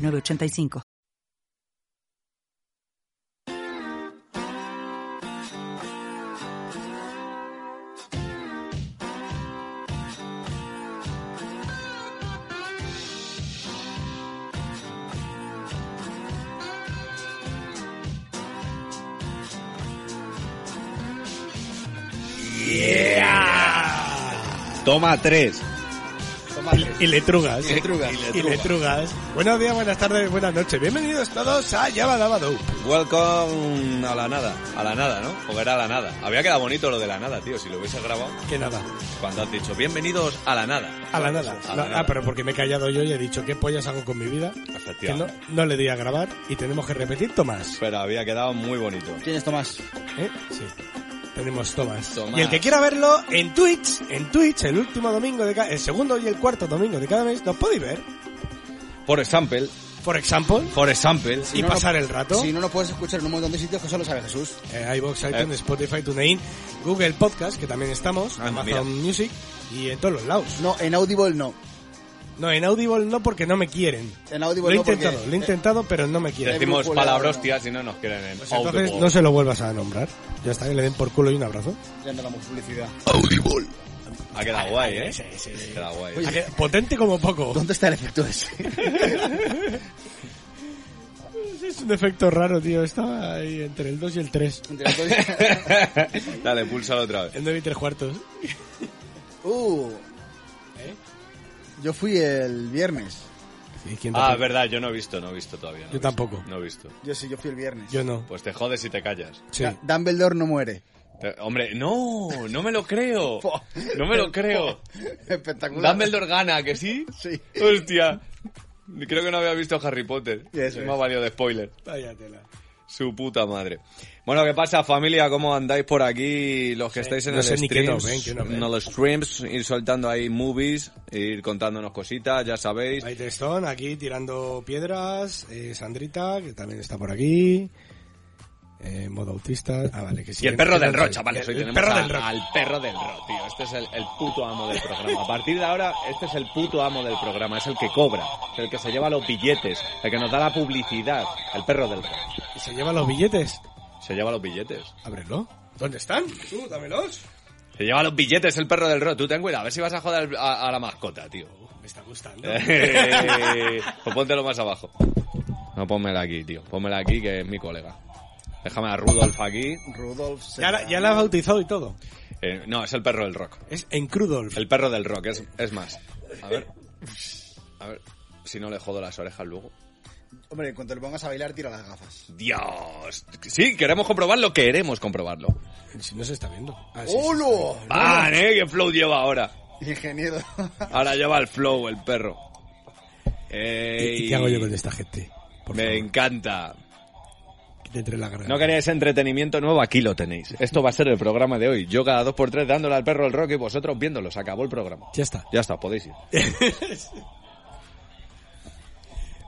985. Yeah. Toma tres. Y letrugas. Y letrugas. Y letrugas. Buenos días, buenas tardes, buenas noches. Bienvenidos todos a Yabadabadou. Welcome a la nada. A la nada, ¿no? Porque era la nada. Había quedado bonito lo de la nada, tío. Si lo hubiese grabado. Que nada. Cuando has dicho, bienvenidos a la nada. A la nada. A No, la nada. Ah, pero porque me he callado yo y he dicho qué pollas hago con mi vida. Que no, Efectivamente. no le di a grabar y tenemos que repetir Tomás. Pero había quedado muy bonito. ¿Quién es Tomás? ¿Eh? Sí. Tenemos Tomás. Tomás. Y el que quiera verlo en Twitch, en Twitch, el último domingo de cada, el segundo y el cuarto domingo de cada mes, nos podéis ver. Por example. Por ejemplo, Por example. y no, pasar no. el rato. Si no lo puedes escuchar en un montón de sitios que solo sabe Jesús. Eh, iVoox, iTunes, Spotify, TuneIn, Google Podcast, que también estamos, Ah, Amazon mira. Music y en todos los lados. No, en Audible no. No, en Audible no porque no me quieren. En Lo Audible he no intentado, porque- eh, lo he intentado, pero no me quieren. Decimos Muy palabras culero, hostias si no nos quieren en Pues entonces Audible. no se lo vuelvas a nombrar. Ya está, que le den por culo y un abrazo. eh, ya no damos publicidad. Ha quedado guay, ¿eh? Ese, ese, Ha ese. quedado guay. Ah, que Potente como poco. ¿Dónde está el efecto ese? Es un efecto raro, tío. Estaba ahí entre el 2 y el 3. Dale, púlsalo otra vez. El 9 y 3 cuartos. uh, ¿Eh? yo fui el viernes. Sí, ¿quién Ah, tampoco? es verdad, yo no he visto, no he visto todavía. no he Yo visto. tampoco. No he visto. Yo sí, yo fui el viernes. Yo no. Pues te jodes si te callas. Sí. Da- Dumbledore no muere. Te- Hombre, no, no me lo creo. No me lo creo. Espectacular. Dumbledore gana, ¿que sí? Sí. Hostia. Creo que no había visto Harry Potter. Y eso me ha es. valido de spoiler. Vaya tela. Su puta madre. Bueno, ¿qué pasa, familia? ¿Cómo andáis por aquí? Los que estáis en no el sé ni qué streams, nos ven, qué nos ven. en los streams, ir soltando ahí movies, ir contándonos cositas, ya sabéis. Ahí te Stone, aquí tirando piedras. eh, Sandrita, que también está por aquí. Eh, modo autista. Ah, vale, que sí. Y el perro que- del que- Ro, chavales. Hoy El, el tenemos perro a- del Ro. al perro del Ro, tío. Este es el, el puto amo del programa. A partir de ahora, este es el puto amo del programa. Es el que cobra, es el que se lleva los billetes, el que nos da la publicidad. El perro del Ro. ¿Y ¿Se lleva los billetes? Se lleva los billetes. Ábrelo. ¿Dónde están? Tú, dámelos. Se lleva los billetes el perro del Ro. Tú ten cuidado, a ver si vas a joder a, a la mascota, tío. Oh, Me está gustando. Eh, pues póntelo más abajo. No, pónmela aquí, tío. Pónmela aquí, que es mi colega. Déjame a Rudolf aquí. Rudolf se- Ya la, ya la has bautizado y todo. Eh, no, es el perro del rock. Es en Crudolf. El perro del rock, es, es más. A ver. A ver si no le jodo las orejas luego. Hombre, en cuanto le pongas a bailar, tira las gafas. Dios. Sí, queremos comprobarlo, queremos comprobarlo. Si no se está viendo. Ah, sí, Ah. sí. ¡Holo! Van, eh, qué flow lleva ahora. Ingeniero. Ahora lleva el flow el perro. Eh, ¿Y, y qué hago yo con esta gente? Por Me favor, encanta. que te entre en la garganta. No queréis entretenimiento nuevo, aquí lo tenéis. Esto va a ser el programa de hoy. Yo cada dos por tres dándole al perro el rock y vosotros viéndolo. Se acabó el programa. Ya está. Ya está, podéis ir.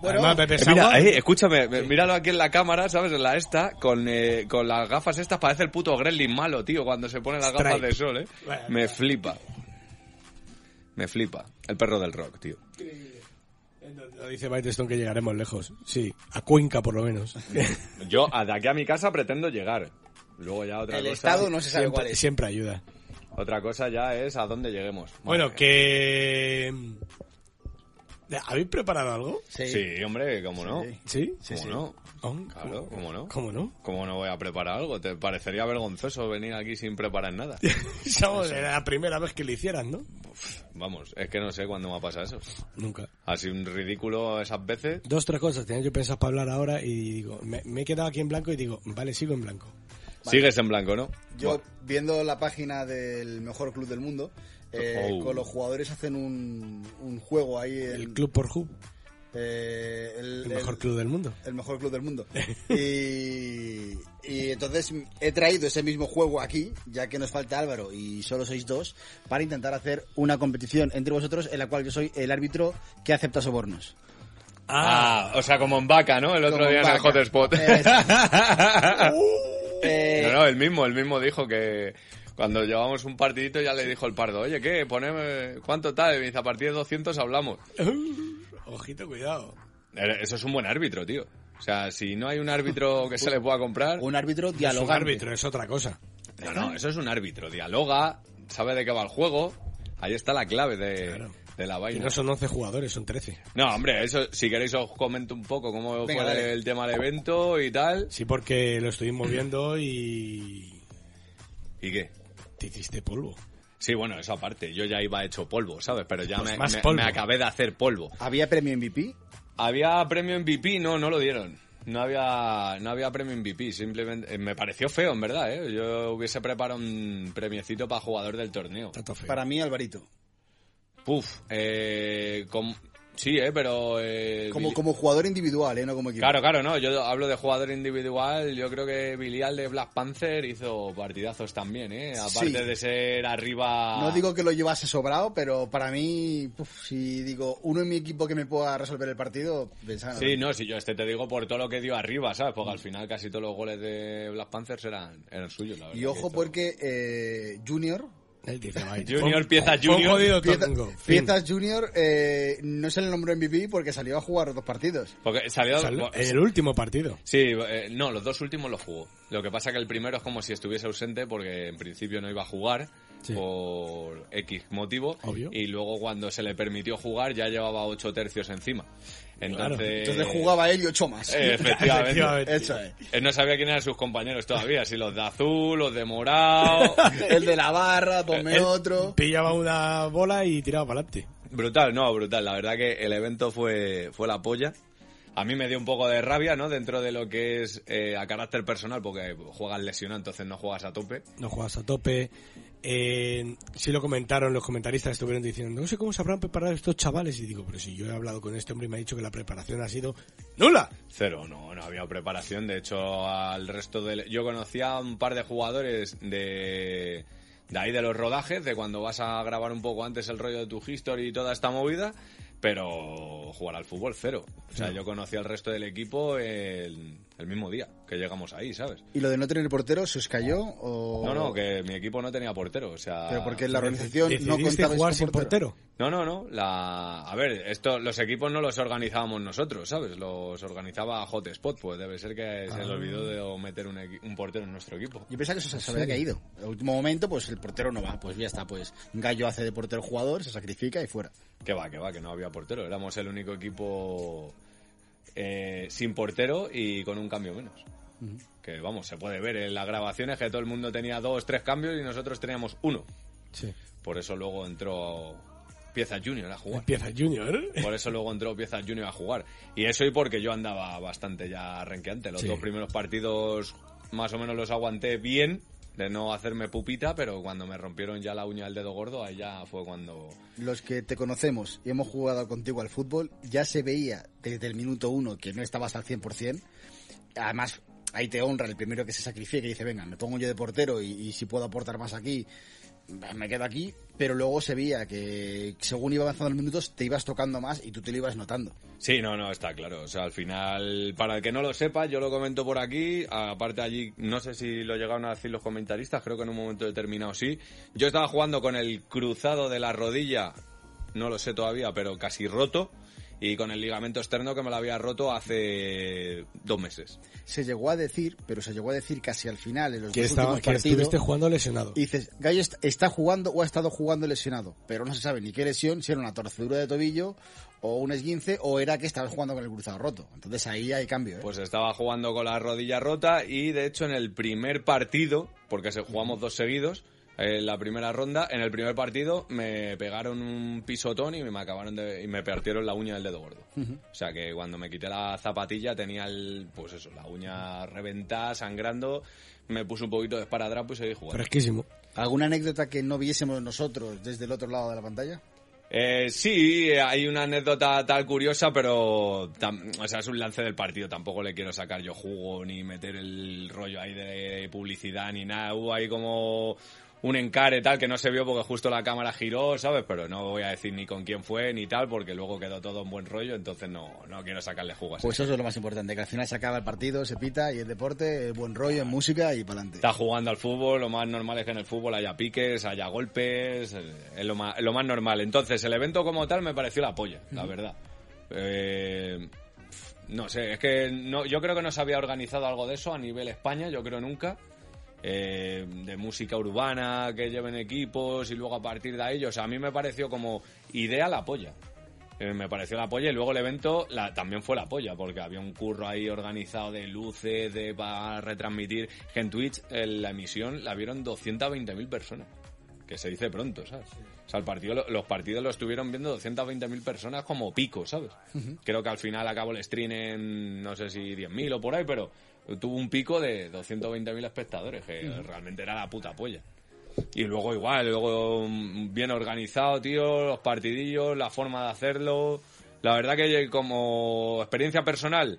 Además, Pepe Eh, mira, Sagua- ahí, escúchame, me- míralo aquí en la cámara, ¿sabes? En la esta, con, eh, con las gafas estas, parece el puto Gremlin malo, tío, cuando se pone las gafas Stripe. de sol, ¿eh? Vaya, Me flipa. Me flipa. El perro del rock, tío. Lo dice Bytestone que llegaremos lejos. Sí, a Cuenca por lo menos. Yo, a- de aquí a mi casa, pretendo llegar. Luego ya otra El cosa... estado no se sabe cuál siempre, es. siempre ayuda. Otra cosa ya es a dónde lleguemos. Bueno, Madre que... ¿Habéis preparado algo? mía. Sí, hombre, cómo no. Sí. ¿Sí? ¿Cómo no? Oh, Claro, ¿cómo no? ¿Cómo no? ¿Cómo no voy a preparar algo? Te parecería vergonzoso venir aquí sin preparar nada. Somos la primera vez que lo hicieran, ¿no? Vamos, es que no sé cuándo me ha pasado eso. Nunca. Así un ridículo esas veces. Dos, tres cosas tenía yo pensado para hablar ahora y digo, me, me he quedado aquí en blanco y digo, vale, sigo en blanco. Sigues en blanco, ¿no? Yo, viendo la página del mejor club del mundo, eh, Oh. con los jugadores hacen un, un juego ahí. en- El Club por Hub. eh, el, El mejor club del mundo. el mejor club del mundo. Y, y entonces he traído ese mismo juego aquí, ya que nos falta Álvaro y solo sois dos, para intentar hacer una competición entre vosotros en la cual yo soy el árbitro que acepta sobornos. Ah, o sea, como en vaca, ¿no? El otro Como en día en el Vaca. hotspot. Eso. Eh, No, no, el mismo, el mismo dijo que cuando llevamos un partidito ya le dijo el pardo, oye, ¿qué? Poneme, ¿cuánto tal? Y me dice, a partir de 200 hablamos. Ojito, cuidado. Eh, Eso es un buen árbitro, tío. O sea, si no hay un árbitro que se le pueda comprar... Un árbitro Es un dialogante. árbitro, es otra cosa. No, no, eso es un árbitro. Dialoga, sabe de qué va el juego. Ahí está la clave de, Claro. de la Y vaina. no son 11 jugadores, son 13. No, hombre, eso, si queréis os comento un poco cómo Venga, fue dale. el tema del evento y tal. Sí, porque lo estuvimos viendo y ¿Y qué? te hiciste polvo. Sí, bueno, eso aparte. Yo ya iba hecho polvo, ¿sabes? Pero ya Pues me, más me- polvo. me acabé de hacer polvo. ¿Había premio MVP? Había premio MVP, no, no lo dieron. No había, no había premio MVP, simplemente eh, me pareció feo, en verdad, ¿eh? Yo hubiese preparado un premiecito para jugador del torneo. Tanto feo. Para mí, Alvarito. Puf, eh, com- sí, ¿eh? Pero... eh, Como, Billy- como jugador individual, ¿eh? No como equipo. Claro, claro, no, yo hablo de jugador individual, yo creo que Bilial de Black Panther hizo partidazos también, ¿eh? Aparte Sí. de ser arriba... No digo que lo llevase sobrado, pero para mí, puf, si digo uno en mi equipo que me pueda resolver el partido, pensaba. Sí, no, si yo este te digo por todo lo que dio arriba, ¿sabes? Porque al final casi todos los goles de Black Panthers eran, eran suyos, la verdad. Y ojo porque eh, Junior, Él dice, "Vaya, Junior, pon- pieza pon junior". jodido Pieza- tongo. Fin. Piezas Junior eh, no se le nombró MVP porque salió a jugar dos partidos. Porque salió... Sal- bueno, en el último partido. Sí, eh, no, los dos últimos los jugó. Lo que pasa que el primero es como si estuviese ausente porque en principio no iba a jugar Sí. por X motivo Obvio. y luego cuando se le permitió jugar ya llevaba ocho tercios encima. Entonces, Entonces jugaba él y ocho más. eh, efectivamente. Efectivamente. Eso es. Él no sabía quién eran sus compañeros todavía, si los de azul, los de morado. El de la barra, ponme Eh. Él otro. Pillaba una bola y tiraba para adelante. Brutal, no, brutal. La verdad que el evento fue, fue la polla. A mí me dio un poco de rabia, ¿no? Dentro de lo que es eh, a carácter personal, porque juegas lesionado, entonces no juegas a tope. No juegas a tope. Eh, sí lo comentaron, los comentaristas estuvieron diciendo, no sé cómo se habrán preparado estos chavales. Y digo, pero si yo he hablado con este hombre y me ha dicho que la preparación ha sido nula. Cero, no, no había preparación. De hecho, al resto del. Yo conocía a un par de jugadores de. De ahí de los rodajes, de cuando vas a grabar un poco antes el rollo de tu history y toda esta movida, pero jugar al fútbol cero. O sea, yo conocí al resto del equipo el, el mismo día que llegamos ahí, ¿sabes? ¿Y lo de no tener portero se os cayó? O... No, no, que Ah, mi equipo no tenía portero, o sea... Pero porque la organización no Decidiste contaba jugar con sin portero. No, no, no, la... A ver, esto, los equipos no los organizábamos nosotros, ¿sabes? Los organizaba Hotspot, pues debe ser que se Ah. le olvidó de meter un, equi- un portero en nuestro equipo. Yo pensaba que eso se había caído. En el último momento, pues el portero no va. Pues ya está, pues Gallo hace de portero jugador, se sacrifica y fuera. Que va, que va, que no había portero, éramos el único equipo eh, sin portero y con un cambio menos. Que vamos, se puede ver en las grabaciones que todo el mundo tenía dos, tres cambios y nosotros teníamos uno. Sí. Por eso luego entró Pieza Junior a jugar. Empieza Junior. ¿eh? Este Por eso luego entró Pieza Junior a jugar. Y eso y porque yo andaba bastante ya renqueante. Los Sí. dos primeros partidos más o menos los aguanté bien, de no hacerme pupita, pero cuando me rompieron ya la uña del dedo gordo, ahí ya fue cuando... Los que te conocemos y hemos jugado contigo al fútbol, ya se veía desde el minuto uno que no estabas al 100%. Además, ahí te honra el primero que se sacrifica y dice, venga, me pongo yo de portero y, y si puedo aportar más aquí, me quedo aquí. Pero luego se veía que según iba avanzando los minutos, te ibas tocando más y tú te lo ibas notando. Sí, no, no, está claro. O sea, al final, para el que no lo sepa, yo lo comento por aquí. Aparte allí, no sé si lo llegaron a decir los comentaristas, creo que en un momento determinado sí. Yo estaba jugando con el cruzado de la rodilla, no lo sé todavía, pero casi roto. Y con el ligamento externo que me lo había roto hace dos meses. Se llegó a decir, pero se llegó a decir casi al final, en los Que, dos estaba, últimos que partidos, estuviste jugando lesionado. Y dices, Gallo est- está jugando o ha estado jugando lesionado, pero no se sabe ni qué lesión, si era una torcedura de tobillo o un esguince o era que estaba jugando con el cruzado roto. Entonces ahí hay cambio. ¿eh? Pues estaba jugando con la rodilla rota y de hecho en el primer partido, porque se jugamos dos seguidos, en la primera ronda, en el primer partido me pegaron un pisotón y me acabaron de, y me partieron la uña del dedo gordo. O sea que cuando me quité la zapatilla tenía el, pues eso, la uña reventada, sangrando, me puse un poquito de esparadrapo y seguí jugando. Fresquísimo. ¿Alguna anécdota que no viésemos nosotros desde el otro lado de la pantalla? Eh, sí, hay una anécdota tal curiosa, pero tam- o sea, es un lance del partido. Tampoco le quiero sacar yo jugo ni meter el rollo ahí de publicidad ni nada. Hubo ahí como un encare tal que no se vio porque justo la cámara giró, ¿sabes? Pero no voy a decir ni con quién fue ni tal porque luego quedó todo en buen rollo, entonces no, no quiero sacarle jugo a ese Pues eso es lo más importante, que al final se acaba el partido, se pita y el deporte, el buen rollo, en música y para adelante. Está jugando al fútbol, lo más normal es que en el fútbol haya piques, haya golpes, eh, es lo más, es lo más normal. Entonces, el evento como tal me pareció la polla, la verdad. Eh, no sé, es que no, yo creo que no se había organizado algo de eso a nivel España, yo creo nunca. eh, de música urbana, que lleven equipos y luego a partir de ahí, o sea, a mí me pareció como idea la polla. Eh, me pareció la polla y luego el evento la, también fue la polla porque había un curro ahí organizado de luces, de para retransmitir. Que en Twitch eh, la emisión la vieron 220.000 personas. Que se dice pronto, ¿sabes? O sea, el partido, lo- los partidos lo estuvieron viendo 220.000 personas como pico, ¿sabes? Creo que al final acabó el stream en, no sé si 10.000 o por ahí, pero tuvo un pico de 220.000 espectadores, que realmente era la puta polla. Y luego igual, luego mm, bien organizado, tío, los partidillos, la forma de hacerlo. La verdad que eh, como experiencia personal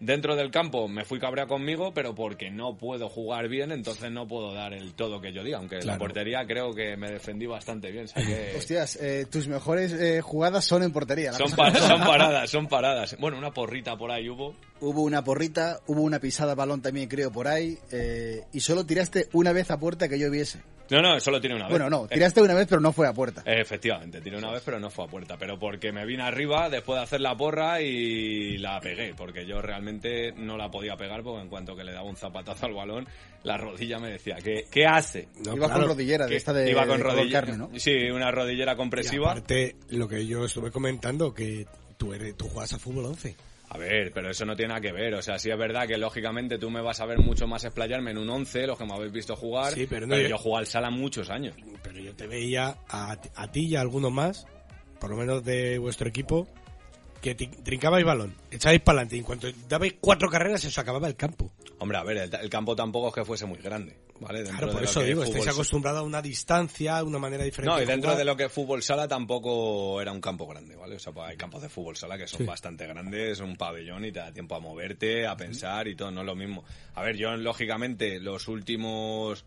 dentro del campo me fui cabreado conmigo, pero porque no puedo jugar bien, entonces no puedo dar el todo que yo diga, aunque en la Claro. portería creo que me defendí bastante bien. saqué- Hostias, eh, tus mejores eh, jugadas son en portería. la son, cosa- pa- son paradas, son paradas. Bueno, una porrita por ahí hubo. Hubo una porrita, hubo una pisada balón también creo por ahí eh, y solo tiraste una vez a puerta que yo viese. No, no, solo tiene una vez. Eh, Bueno, no, tiraste una vez pero no fue a puerta. Efectivamente, tiré una vez pero no fue a puerta, pero porque me vine arriba después de hacer la porra y la pegué, porque yo realmente no la podía pegar porque en cuanto que le daba un zapatazo al balón, la rodilla me decía, ¿qué, qué hace? No, Iba claro, con rodillera, de Que esta de, iba con de color rodilla, carne, ¿no? Sí, una rodillera Y compresiva. aparte, lo que yo estuve comentando, que tú, eres, tú juegas a fútbol 11. A ver, pero eso no tiene nada que ver. O sea, sí es verdad que lógicamente tú me vas a ver mucho más explayarme en un 11, los que me habéis visto jugar. Sí, pero no- yo jugué al sala muchos años. Pero yo te veía a, ti- a ti y a alguno más, por lo menos de vuestro equipo, que ti- trincabais balón, echabais para adelante. En cuanto dabais cuatro carreras, se os acababa el campo. Hombre, a ver, el, el campo tampoco es que fuese muy grande, ¿vale? Dentro Claro, de por lo eso que digo, es estáis fútbol acostumbrados a una distancia, a una manera diferente. No, y dentro jugar. de lo que es fútbol sala tampoco era un campo grande, ¿vale? O sea, pues hay campos de fútbol sala que son bastante grandes, un pabellón y te da tiempo a moverte, a pensar y todo, no es lo mismo. A ver, yo lógicamente los últimos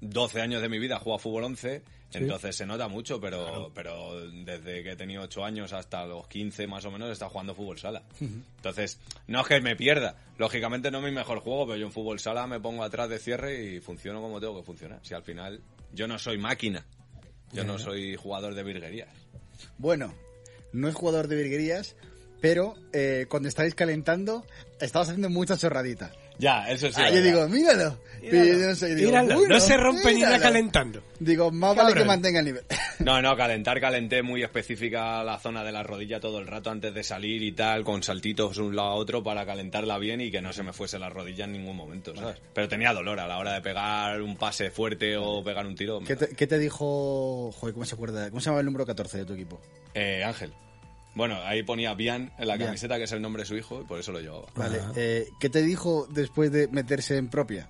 12 años de mi vida he jugado a fútbol 11, entonces se nota mucho, pero, pero desde que he tenido 8 años hasta los 15 más o menos he estado jugando fútbol sala. Entonces, no es que me pierda, lógicamente no es mi mejor juego, pero yo en fútbol sala me pongo atrás de cierre y funciono como tengo que funcionar. Si al final yo no soy máquina, yo no soy jugador de virguerías. Bueno, no es jugador de virguerías, pero eh, cuando estáis calentando, estabas haciendo mucha chorradita. Ya, eso sí. Ah, es yo verdad. digo, míralo. Y yo no sé, digo, Míralo, bueno, no se rompe ni nada míralo. calentando. Digo, más vale Cabrón. que mantenga el nivel. No, no, calentar, calenté muy específica la zona de la rodilla todo el rato antes de salir y tal, con saltitos de un lado a otro para calentarla bien y que no se me fuese la rodilla en ningún momento, ¿sabes? Pero tenía dolor a la hora de pegar un pase fuerte o pegar un tiro. me ¿Qué te, qué te dijo, joder, cómo se acuerda? ¿Cómo se llama el número 14 de tu equipo? da- Eh, Ángel. Bueno, ahí ponía Bian en la Bian. camiseta, que es el nombre de su hijo, y por eso lo llevaba. Vale, eh, ¿qué te dijo después de meterse en propia?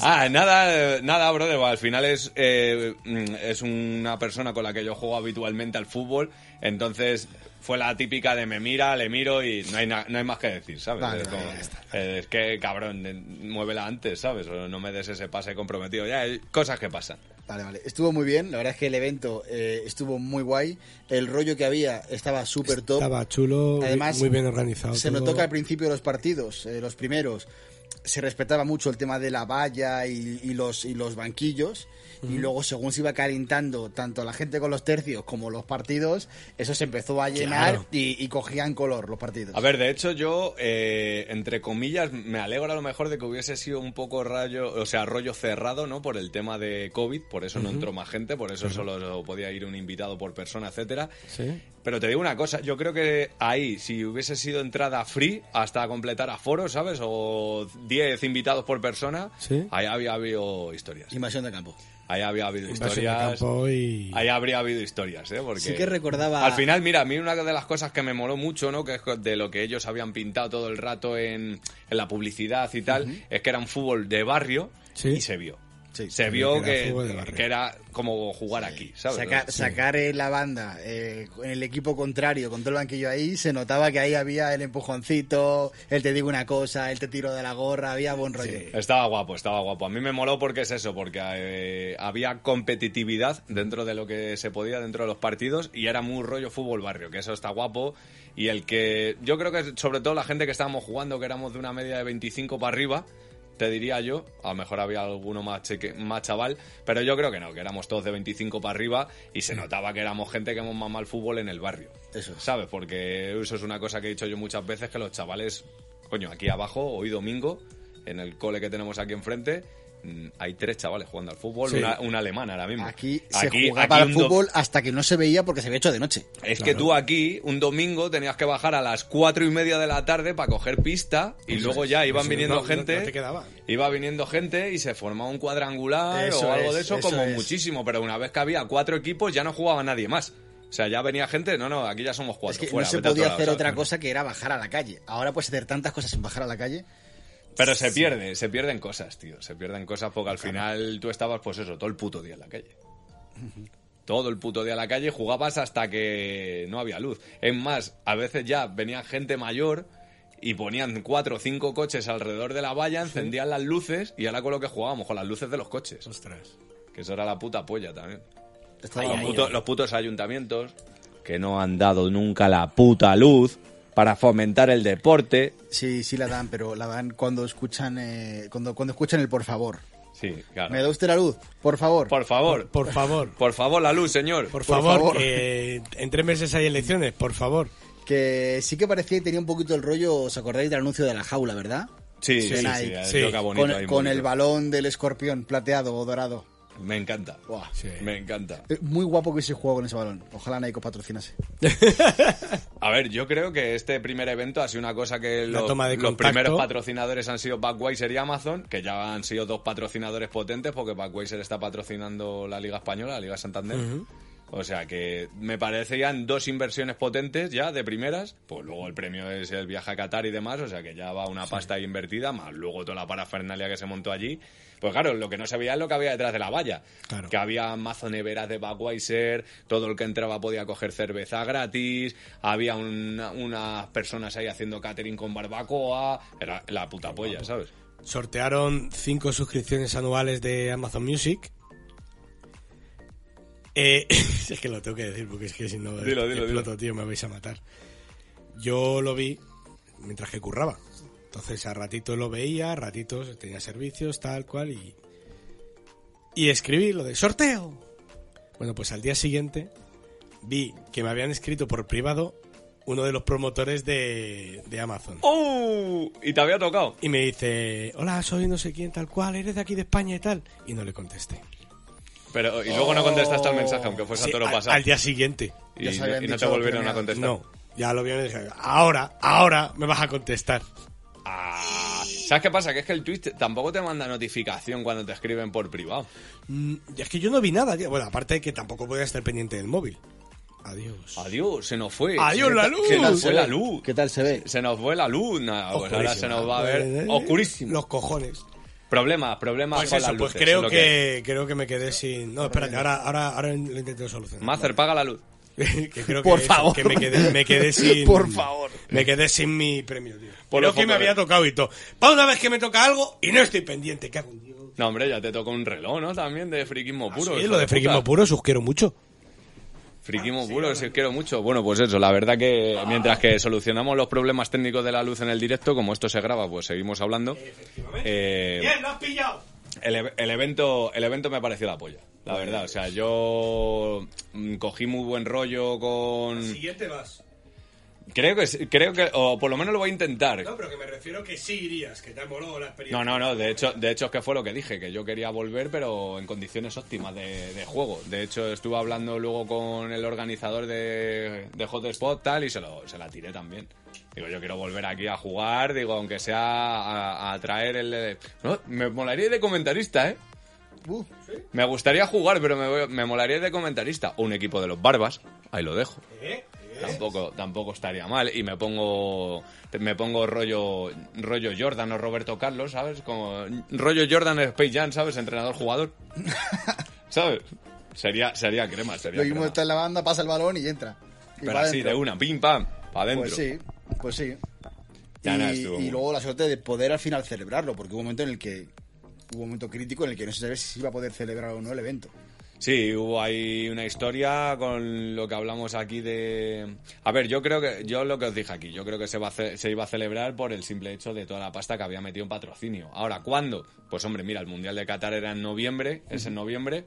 Ah, nada, eh, nada, brother. Al final es, eh, mm, es una persona con la que yo juego habitualmente al fútbol. Entonces fue la típica de me mira, le miro y no hay, na- no hay más que decir, ¿sabes? Vale, es, como, vale, ya está. eh, es que, cabrón, eh, muévela antes, ¿sabes? O no me des ese pase comprometido. Ya, eh, cosas que pasan. Vale, vale. Estuvo muy bien. La verdad es que el evento eh, estuvo muy guay. El rollo que había estaba súper top. Estaba chulo, bi- Además, muy bien organizado. Se todo. notó que al principio de los partidos, eh, los primeros, se respetaba mucho el tema de la valla y, y los, y los banquillos. Y luego, según se iba calentando tanto la gente con los tercios como los partidos, eso se empezó a llenar Claro. y, y cogían color los partidos. A ver, de hecho yo, eh, entre comillas, me alegro a lo mejor de que hubiese sido un poco rayo, o sea, rollo cerrado, ¿no? Por el tema de COVID, por eso no entró más gente, por eso solo podía ir un invitado por persona, etcétera. Sí. Pero te digo una cosa, yo creo que ahí, si hubiese sido entrada free hasta completar aforo, ¿sabes? O 10 invitados por persona, Sí. ahí había habido historias. Invasión de campo. Ahí había habido Invasión de historias. campo y- Ahí habría habido historias, ¿eh? Porque Sí que recordaba- Al final, mira, a mí una de las cosas que me moló mucho, ¿no? Que es de lo que ellos habían pintado todo el rato en, en la publicidad y tal, es que era un fútbol de barrio Sí. y se vio. Sí. se sí, vio que era que, fútbol de que, barrio. era como jugar aquí, ¿sabes? Saca- Sacar eh, la banda, eh, el equipo contrario, con todo el banquillo ahí, se notaba que ahí había el empujoncito, el te digo una cosa, el te tiro de la gorra, había buen rollo. Estaba guapo, estaba guapo. A mí me moló porque es eso, porque eh, había competitividad dentro de lo que se podía, dentro de los partidos, y era muy rollo fútbol barrio, que eso está guapo. Y el que, yo creo que sobre todo la gente que estábamos jugando, que éramos de una media de 25 para arriba, te diría yo, a lo mejor había alguno más, cheque- más chaval, pero yo creo que no, que éramos todos de 25 para arriba y se notaba que éramos gente que hemos mamado el fútbol en el barrio. Mm. Eso es. ¿Sabes? Porque eso es una cosa que he dicho yo muchas veces, que los chavales, coño, aquí abajo, hoy domingo, en el cole que tenemos aquí enfrente, mm, hay tres chavales jugando al fútbol, Sí. una, una alemana ahora mismo. Aquí, se Aquí- jugaba aquí al un do- fútbol hasta que no se veía porque se había hecho de noche. Es que tú aquí, un domingo, tenías que bajar a las cuatro y media de la tarde para coger pista y luego ya iban Eso, viniendo no- no- gente. no te quedaba. Iba viniendo gente y se formaba un cuadrangular Eso o algo es, de eso, eso como es. muchísimo. Pero una vez que había cuatro equipos, ya no jugaba nadie más. O sea, ya venía gente, no, no, aquí ya somos cuatro. es que fuera, no se vete a otro podía lado, hacer ¿sabes? otra cosa que era bajar a la calle. Ahora puedes hacer tantas cosas sin bajar a la calle. Pero se pierde, se pierden cosas, tío. Se pierden cosas porque al final tú estabas, pues eso, todo el puto día en la calle. Todo el puto día en la calle jugabas hasta que no había luz. Es más, a veces ya venían gente mayor y ponían cuatro o cinco coches alrededor de la valla, encendían las luces y ahora con lo que jugábamos, con las luces de los coches. Ostras. Que eso era la puta polla también. Estaba los, ahí, puto- ahí. los putos ayuntamientos que no han dado nunca la puta luz para fomentar el deporte. Sí, sí la dan, pero la dan cuando escuchan, eh, cuando, cuando escuchan el por favor. Sí, claro. ¿Me da usted la luz? Por favor. Por favor. Por favor. Por favor, la luz, señor. Por Por favor, favor. que en tres meses hay elecciones, por favor. Que sí que parecía y tenía un poquito el rollo, ¿os acordáis del anuncio de la jaula, verdad? Sí, sí, Sí, sí, Nike. eh, Sí. toca bonito ahí, con con el bonito. balón del escorpión plateado o dorado. Me encanta. Buah. Sí. Me encanta. Eh, Muy guapo que ese juego con ese balón. Ojalá Nike os patrocinase. A ver, yo creo que este primer evento ha sido una cosa que La los, toma de los contacto. primeros patrocinadores han sido Budweiser y Amazon, que ya han sido dos patrocinadores potentes porque Budweiser está patrocinando la Liga Española, la Liga Santander. O sea que me parecían dos inversiones potentes ya de primeras, pues luego el premio es el viaje a Qatar y demás, o sea que ya va una pasta ahí invertida, más luego toda la parafernalia que se montó allí. Pues claro, lo que no se veía es lo que había detrás de la valla, Claro. que había mazoneveras de Budweiser, todo el que entraba podía coger cerveza gratis, había una- unas personas ahí haciendo catering con barbacoa, era la puta polla, ¿sabes? Sortearon cinco suscripciones anuales de Amazon Music. Eh, es que lo tengo que decir porque es que si no Dilo, dilo, exploto, dilo. tío, me vais a matar. Yo lo vi mientras que curraba. Entonces a ratito lo veía, a ratitos tenía servicios, tal cual, y, y escribí lo de sorteo. Bueno, pues al día siguiente vi que me habían escrito por privado uno de los promotores de, de Amazon. ¡Oh! Y te había tocado. Y me dice, hola, soy no sé quién, tal cual, eres de aquí de España y tal. Y no le contesté. Pero, y luego no contestaste al mensaje, aunque fuese Sí, a toro al, pasado. al día siguiente. y, ya no- se habían y no te dicho volvieron a premiados. contestar. No, ya lo vieron y dije, ahora, ahora me vas a contestar. Ah, ¿Sabes qué pasa? Que es que el Twitch tampoco te manda notificación cuando te escriben por privado. Mm, y es que yo no vi nada, tío. Bueno, aparte de que tampoco podía estar pendiente del móvil. Adiós. Adiós, se nos fue. Adiós, Se- la luz. Se nos Se fue ve? la luz. ¿Qué tal se ve? Se nos fue la luz. Nah, pues ahora Oscurísimo. se nos va a ver Eh, oscurísimo. Los cojones. Problemas, problemas Pues con eso, las pues luces. es creo lo que, que creo que me quedé sin. No, espérate, ahora, ahora, ahora lo intento solucionar. Mazer, paga la luz. que creo que Por eso, favor. que me quedé, me quedé sin. Por favor. Me quedé sin mi premio, tío. Por Creo los que me focos había eh. verdes. tocado y todo. Para una vez que me toca algo y no estoy pendiente, cago en Dios. No, hombre, ya te toca un reloj, ¿no? También de friquismo puro. Ah, Sí, hijo lo de puta. friquismo puro, sus quiero mucho. Friquismo puro, si os quiero mucho. Bueno, pues eso, la verdad que mientras que solucionamos los problemas técnicos de la luz en el directo, como esto se graba, pues seguimos hablando. Eh, lo has pillado! El, ev- el evento, el evento me pareció la polla, la verdad. O sea, yo mm, cogí muy buen rollo con. Siguiente vas. Creo que, sí- creo que, o por lo menos lo voy a intentar. No, pero que me refiero que sí irías, que te ha molado la experiencia. No, no, no. De hecho, de hecho es que fue lo que dije, que yo quería volver, pero en condiciones óptimas de, de juego. De hecho, estuve hablando luego con el organizador de, de Hotspot tal y se, lo, se la tiré también. Digo, yo quiero volver aquí a jugar, digo, aunque sea a, a traer el... eh, No, me molaría ir de comentarista, ¿eh? Uh, Me gustaría jugar, pero me, voy- me molaría ir de comentarista. O un equipo de los Barbas, ahí lo dejo. ¿Eh? Tampoco, tampoco estaría mal. Y me pongo, me pongo rollo, rollo Jordan o Roberto Carlos, ¿sabes? Como rollo Jordan Space Jam, ¿sabes? Entrenador jugador. ¿Sabes? Sería, sería crema, sería Lo mismo crema. está en la banda, pasa el balón y entra. Y Pero va así, dentro. de una, pim pam, para adentro. Pues sí, pues sí. Ya nada, y, estuvo y muy- luego la suerte de poder al final celebrarlo, porque hubo un momento en el que hubo un momento crítico en el que no se sabía si se iba a poder celebrar o no el evento. Sí, hubo ahí una historia con lo que hablamos aquí de... A ver, yo creo que, yo lo que os dije aquí, yo creo que se, va a ce- se iba a celebrar por el simple hecho de toda la pasta que había metido en patrocinio. Ahora, ¿cuándo? Pues hombre, mira, el Mundial de Qatar era en noviembre, es en noviembre,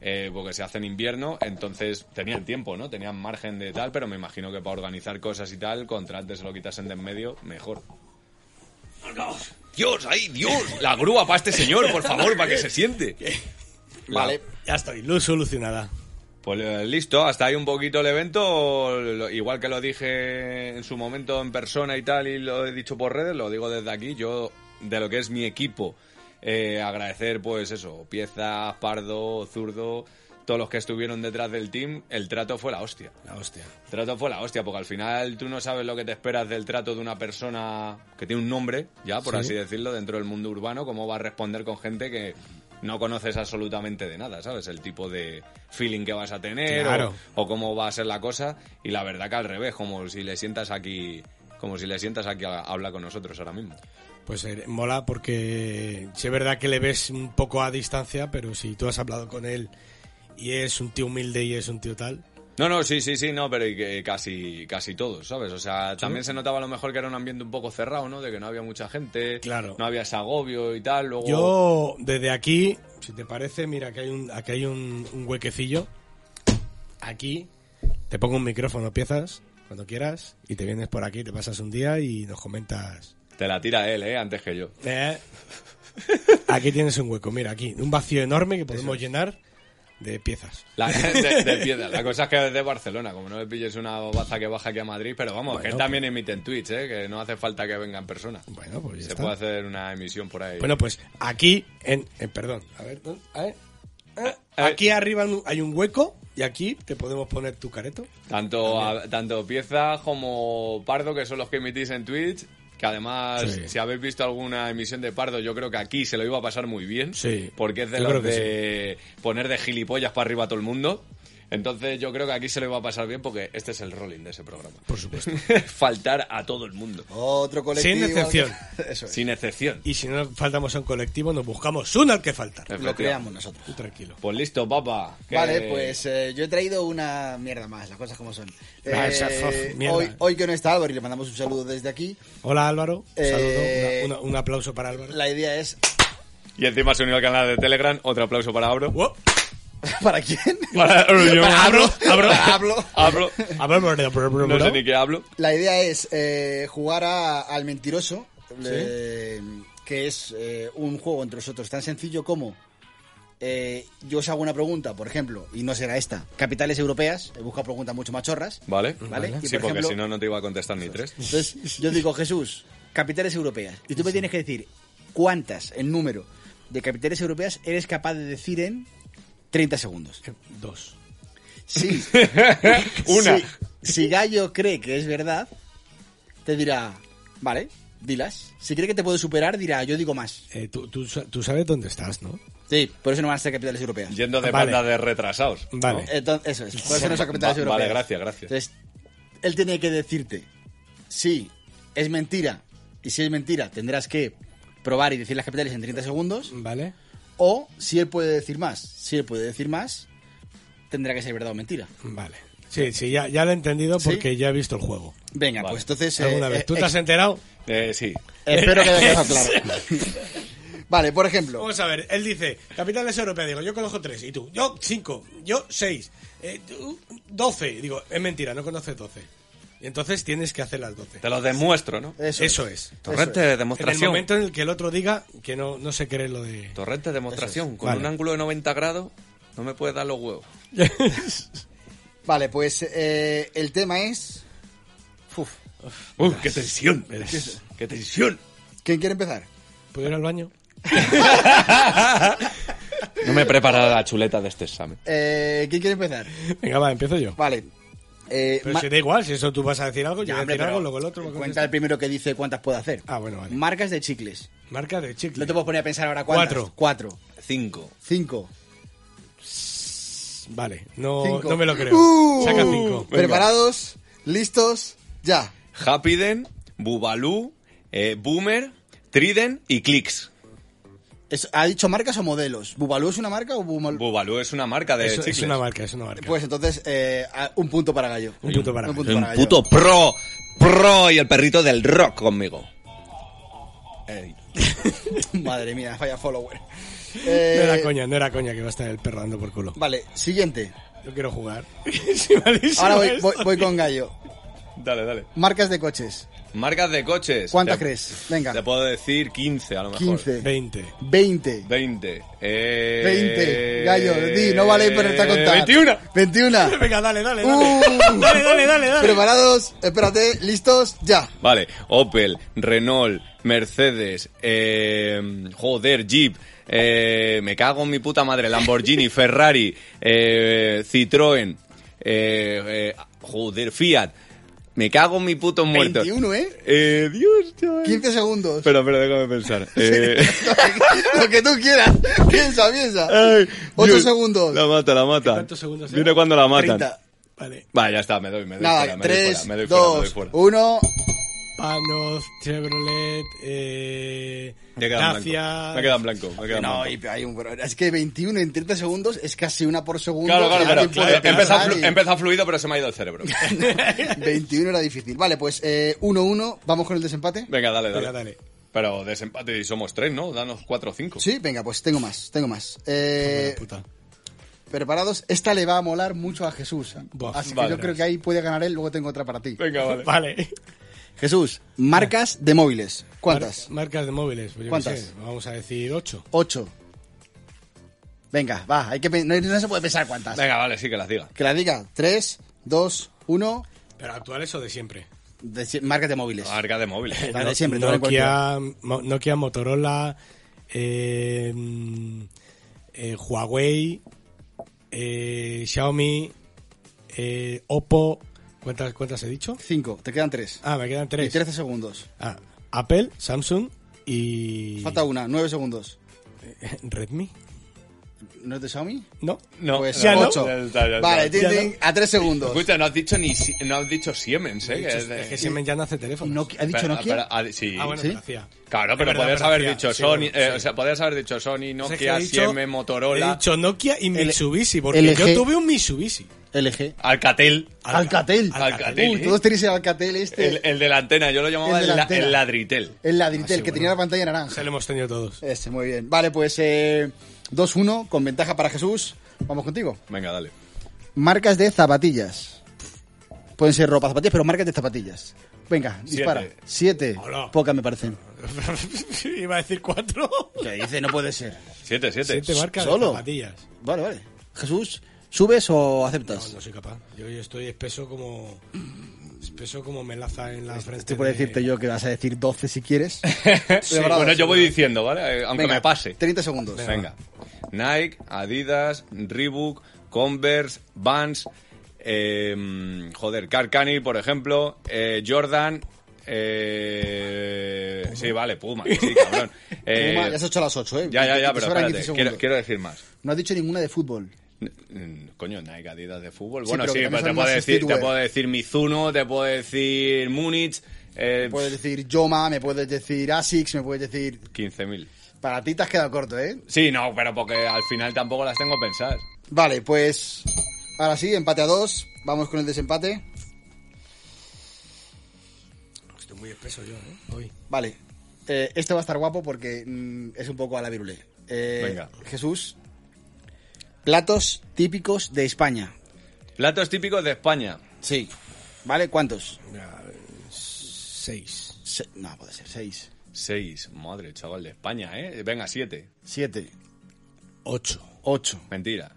eh, porque se hace en invierno, entonces tenían tiempo, ¿no? Tenían margen de tal, pero me imagino que para organizar cosas y tal, contra antes se lo quitasen de en medio, mejor. Dios, ay, Dios, la grúa para este señor, por favor, para que se siente. Vale. Ya estoy, luz solucionada. Pues eh, listo, hasta ahí un poquito el evento. Lo- Igual que lo dije en su momento en persona y tal, y lo he dicho por redes, lo digo desde aquí. Yo, de lo que es mi equipo, eh, agradecer, pues eso, Piezas, Pardo, Zurdo, todos los que estuvieron detrás del team. El trato fue la hostia. La hostia. El trato fue la hostia, porque al final tú no sabes lo que te esperas del trato de una persona que tiene un nombre, ya por así decirlo, dentro del mundo urbano, cómo va a responder con gente que no conoces absolutamente de nada, ¿sabes? El tipo de feeling que vas a tener Claro. o, o cómo va a ser la cosa. Y la verdad que al revés, como si le sientas aquí, como si le sientas aquí a, habla con nosotros ahora mismo. Pues eh, mola porque sí es verdad que le ves un poco a distancia, pero si tú has hablado con él y es un tío humilde y es un tío tal, No, no, sí, sí, sí, no, pero y que casi, casi todos, ¿sabes? O sea, también se notaba a lo mejor que era un ambiente un poco cerrado, ¿no? De que no había mucha gente, Claro. no había ese agobio y tal, luego... Yo, desde aquí, si te parece, mira, aquí hay un, aquí hay un, un huequecillo. Aquí te pongo un micrófono, piezas, cuando quieras, y te vienes por aquí, te pasas un día y nos comentas. Te la tira él, ¿eh? Antes que yo. Eh, Aquí tienes un hueco, mira, aquí, un vacío enorme que podemos llenar de piezas. La, de, de piedra. La cosa es que es de Barcelona, como no le pilles una bobaza que baja aquí a Madrid, pero vamos, que él Bueno, pues- también emite en Twitch, ¿eh? Que no hace falta que venga en persona. Bueno, pues ya Se está. puede hacer una emisión por ahí. Bueno, pues aquí, en, en- perdón, a ver, ¿dónde? a ver. Eh, Aquí arriba hay un hueco y aquí te podemos poner tu careto. tanto, a- tanto Pieza como Pardo, que son los que emitís en Twitch, que además, Sí. si habéis visto alguna emisión de Pardo, yo creo que aquí se lo iba a pasar muy bien. Sí. Porque es de Yo los creo que de poner de gilipollas para arriba a todo el mundo. Entonces yo creo que aquí se lo iba a pasar bien porque este es el rolling de ese programa. Por supuesto. Faltar a todo el mundo. Otro colectivo. Sin excepción. Eso es. Sin excepción. Y si no faltamos a un colectivo, nos buscamos uno al que falta. Lo creamos nosotros. Tú tranquilo. Pues listo, papá. que- Vale, pues eh, yo he traído una mierda más, las cosas como son. Ah, esa Eh, fo- mierda. hoy, hoy que no está Álvaro y le mandamos un saludo desde aquí, Hola Álvaro, un saludo, Eh, una- una- un aplauso para Álvaro. la idea es... Y encima se unió al canal de Telegram. Otro aplauso para Abro. Wow. ¿Para quién? Para Abro, abro, Pablo. Abro. abro, bro, bro, bro, No bro. sé ni qué hablo. La idea es eh, jugar a- al mentiroso, eh, que es eh, un juego entre nosotros tan sencillo como eh, yo os hago una pregunta, por ejemplo, y no será esta, capitales europeas, he buscado preguntas mucho machorras, Vale. ¿vale? Y, Sí, por porque ejemplo, si no, no te iba a contestar ni tres. Entonces yo digo, Jesús, capitales europeas, y tú me tienes que decir cuántas, en número, de capitales europeas eres capaz de decir en 30 segundos. Eh, Dos. Sí. Una. Si, si Gallo cree que es verdad, te dirá, vale, dilas. Si cree que te puedo superar, dirá, yo digo más. Eh, tú, tú sa- tú sabes dónde estás, ¿no? Sí, por eso no van a ser capitales europeas. Yendo de Vale. banda de retrasados. ¿no? Vale. Entonces, eso es, por eso no son capitales Va- europeas. vale, gracias, gracias. Entonces, él tiene que decirte, sí, es mentira, y si es mentira, tendrás que probar y decir las capitales en 30 segundos, Vale. o si él puede decir más. Si él puede decir más, tendrá que ser verdad o mentira. Vale. Sí, sí, ya, ya lo he entendido ¿Sí? porque ya he visto el juego. Venga, Vale. pues entonces... eh, ¿Alguna vez? eh, ¿Tú te ex- has enterado? Eh, sí. Espero que haya quedado claro. vale, por ejemplo. Vamos a ver, él dice, capitales europeas, digo, yo conozco tres, y tú, yo cinco, yo seis, eh, tú, doce, Y digo, es mentira, no conoces doce. Y entonces tienes que hacer las doce. Te los demuestro, ¿no? Eso, Eso es. Torrente eso de En el demostración. momento en el que el otro diga que no, no se cree lo de... Torrente de demostración. Con Vale. un ángulo de 90 grados no me puedes dar los huevos. Vale, pues eh, el tema es. Uf. ¡Uh, qué tensión! ¡Qué tensión! ¿Quién quiere empezar? ¿Puedo ir al baño? No me he preparado la chuleta de este examen. Eh, ¿Quién quiere empezar? Venga, va, empiezo yo. Vale. Eh, Pero ma- si da igual, si eso tú vas a decir algo, yo Ya, voy a hombre, decir algo, pero luego el otro. va a Cuenta el contestar. primero que dice cuántas puedo hacer. Ah, bueno, vale. Marcas de chicles. Marca de chicle. No te puedo poner a pensar ahora cuántas. Cuatro. Cuatro. Cinco. Cinco. Vale, no, Cinco. Oh, no me lo creo. ¡Uh! Saca cinco. Venga. Preparados, listos, ya. Happyden, Bubalú, eh, Boomer, Triden y Clicks. Eso- ¿Ha dicho marcas o modelos? ¿Bubalú es una marca o Bumal- Bubalú es una marca de Eso- chicles. es una marca, es una marca. Pues entonces, eh, a- un punto para Gallo. un punto para Un mí. punto Soy para un Gallo. puto pro, pro y el perrito del rock conmigo. Madre mía, falla follower. No Eh, era coña, no era coña que va a estar el perro dando por culo. vale, siguiente. Yo quiero jugar. Sí, malísimo Ahora voy, esto. voy- voy con Gallo. Dale, dale. Marcas de coches. Marcas de coches. ¿Cuántas Te- crees? Venga. Te puedo decir 15 a lo mejor. 15. 20. 20. 20. Eh... 20. Gallo, di, no vale pero está contando. 21. 21. Venga, dale, dale, dale. Uh, dale, dale, dale, dale. Preparados, espérate, listos, ya. Vale, Opel, Renault, Mercedes, eh, joder, Jeep, eh, me cago en mi puta madre, Lamborghini, Ferrari, eh, Citroën, eh, eh, joder, Fiat, me cago en mi puto muerto. 21, ¿eh? Eh, Dios, chaval. 15 segundos. Espera, espera, déjame pensar. Eh, Lo que tú quieras. Piensa, piensa. ay, Ocho Dios. segundos. La mata, la mata. ¿Cuántos segundos eh? Viene era? cuando la matan. 30. Vale. Vale, ya está, me doy, me doy fuera, Nada, me tres, doy fuera, me doy fuera, me doy dos, fuera. uno. Panos, Chevrolet, eh. Me he quedado en Dacia. blanco. Me he quedado en blanco. Me he quedado en blanco. No, y hay un... Es que 21 en 30 segundos es casi una por segundo. Claro, claro, Te da pero tiempo de claro, pensar empezó, y- flu- empezó fluido, pero se me ha ido el cerebro. 21 era difícil. Vale, pues 1-1, vamos con el desempate. Venga, dale, dale. Venga, dale. Pero desempate y somos tres, ¿no? Danos cuatro o cinco. Sí, venga, pues tengo más, tengo más. Eh, Bueno, puta. preparados, esta le va a molar mucho a Jesús. Buah, así que vale. yo creo que ahí puede ganar él, luego tengo otra para ti. Venga, vale. Vale. Jesús, marcas de móviles. ¿Cuántas? Mar- marcas de móviles. Pues yo qué ¿Cuántas? sé, vamos a decir 8. 8. Venga, va, hay que pe- no, no se puede pensar cuántas. Venga, vale, sí que las diga. Que la diga. 3, 2, 1, ¿Pero actuales o de siempre? marcas de móviles. Marca de móvil. Vale, No- siempre, todo en Nokia, Mo- Nokia, Motorola, eh, mm, eh, Huawei, eh, Xiaomi, eh, Oppo. ¿Cuántas, ¿Cuántas he dicho? 5, te quedan 3. Ah, me quedan Y tres. 13 segundos. Ah, Apple, Samsung y. Falta una, 9 segundos. ¿Redmi? ¿No es de Xiaomi? No. No, Pues ya no. ocho. Ya está, ya está. Vale, tin, Ya tin, a 3 segundos. Escucha, no has dicho ni si- no has dicho Siemens, ¿eh? Que es de- Es que Siemens ya no hace teléfonos. Nokia- ¿Ha dicho Espera, Nokia? espera, ah, sí. Ah, bueno, ¿Sí? pero hacía. Claro, Es pero verdad, podrías pero haber hacía, dicho sí, Sony, bueno, eh, sí. o sea, podrías haber dicho Sony, O sea, es que Nokia, he dicho- Siemens, Motorola, He dicho Nokia y Mitsubishi, porque LG. yo tuve un Mitsubishi. LG. Alcatel. Alca- Alcatel. Alcatel, Uy, ¿eh? todos tenéis el Alcatel este. El, el de la antena, yo lo llamaba El el, de la la- antena. el ladritel. El ladritel, Ah, sí, que bueno. tenía la pantalla naranja. Se lo hemos tenido todos. Este, muy bien. Vale, pues eh, 2-1, con ventaja para Jesús. Vamos contigo. Venga, dale. Marcas de zapatillas. Pueden ser ropa, zapatillas, pero marcas de zapatillas. Venga, dispara. Siete. Hola. Pocas me parecen. Iba a decir cuatro. ¿Qué dice? No puede ser. Siete, siete. Siete marcas ¿Solo? de zapatillas. Vale, vale. Jesús, ¿subes o No, aceptas? no soy capaz. Yo, yo estoy espeso como... Espeso como melaza en la frente. Te puedo de- decirte yo que vas a decir 12 si quieres. Sí, bueno, yo voy diciendo, ¿vale? Eh, Aunque Venga, me pase. 30 segundos. Venga. Nike, Adidas, Reebok, Converse, Vans, eh, joder, Carcani, por ejemplo, eh, Jordan, eh, sí, vale, Puma, sí, cabrón. Eh, Puma, ya has hecho las 8, ¿eh? ya, ya, Te- ya, te pero sobran espérate, 15 quiero, segundos. quiero decir más. No has dicho ninguna de fútbol. Mm, Coño, Nike, Adidas de fútbol. Sí, Bueno, pero sí, que pero también te son puedo, más decir, te streetwear. puedo decir Mizuno, te puedo decir Múnich, eh, Me puedes decir Yoma, me puedes decir Asics, me puedes decir... 15.000. Para ti te has quedado corto, ¿eh? Sí, no, pero porque al final tampoco las tengo pensadas. Vale, pues... Ahora sí, empate a dos. Vamos con el desempate. Estoy muy espeso yo, ¿eh? Hoy. Vale. Eh, este va a estar guapo porque mm, es un poco a la virulé. Eh, Venga. Jesús. Platos típicos de España. Platos típicos de España. Sí. ¿Vale? ¿Cuántos? Seis. Se- no, puede ser. Seis. Seis, madre, chaval, de España, ¿eh? Venga, siete. Siete. Ocho. Ocho. Mentira.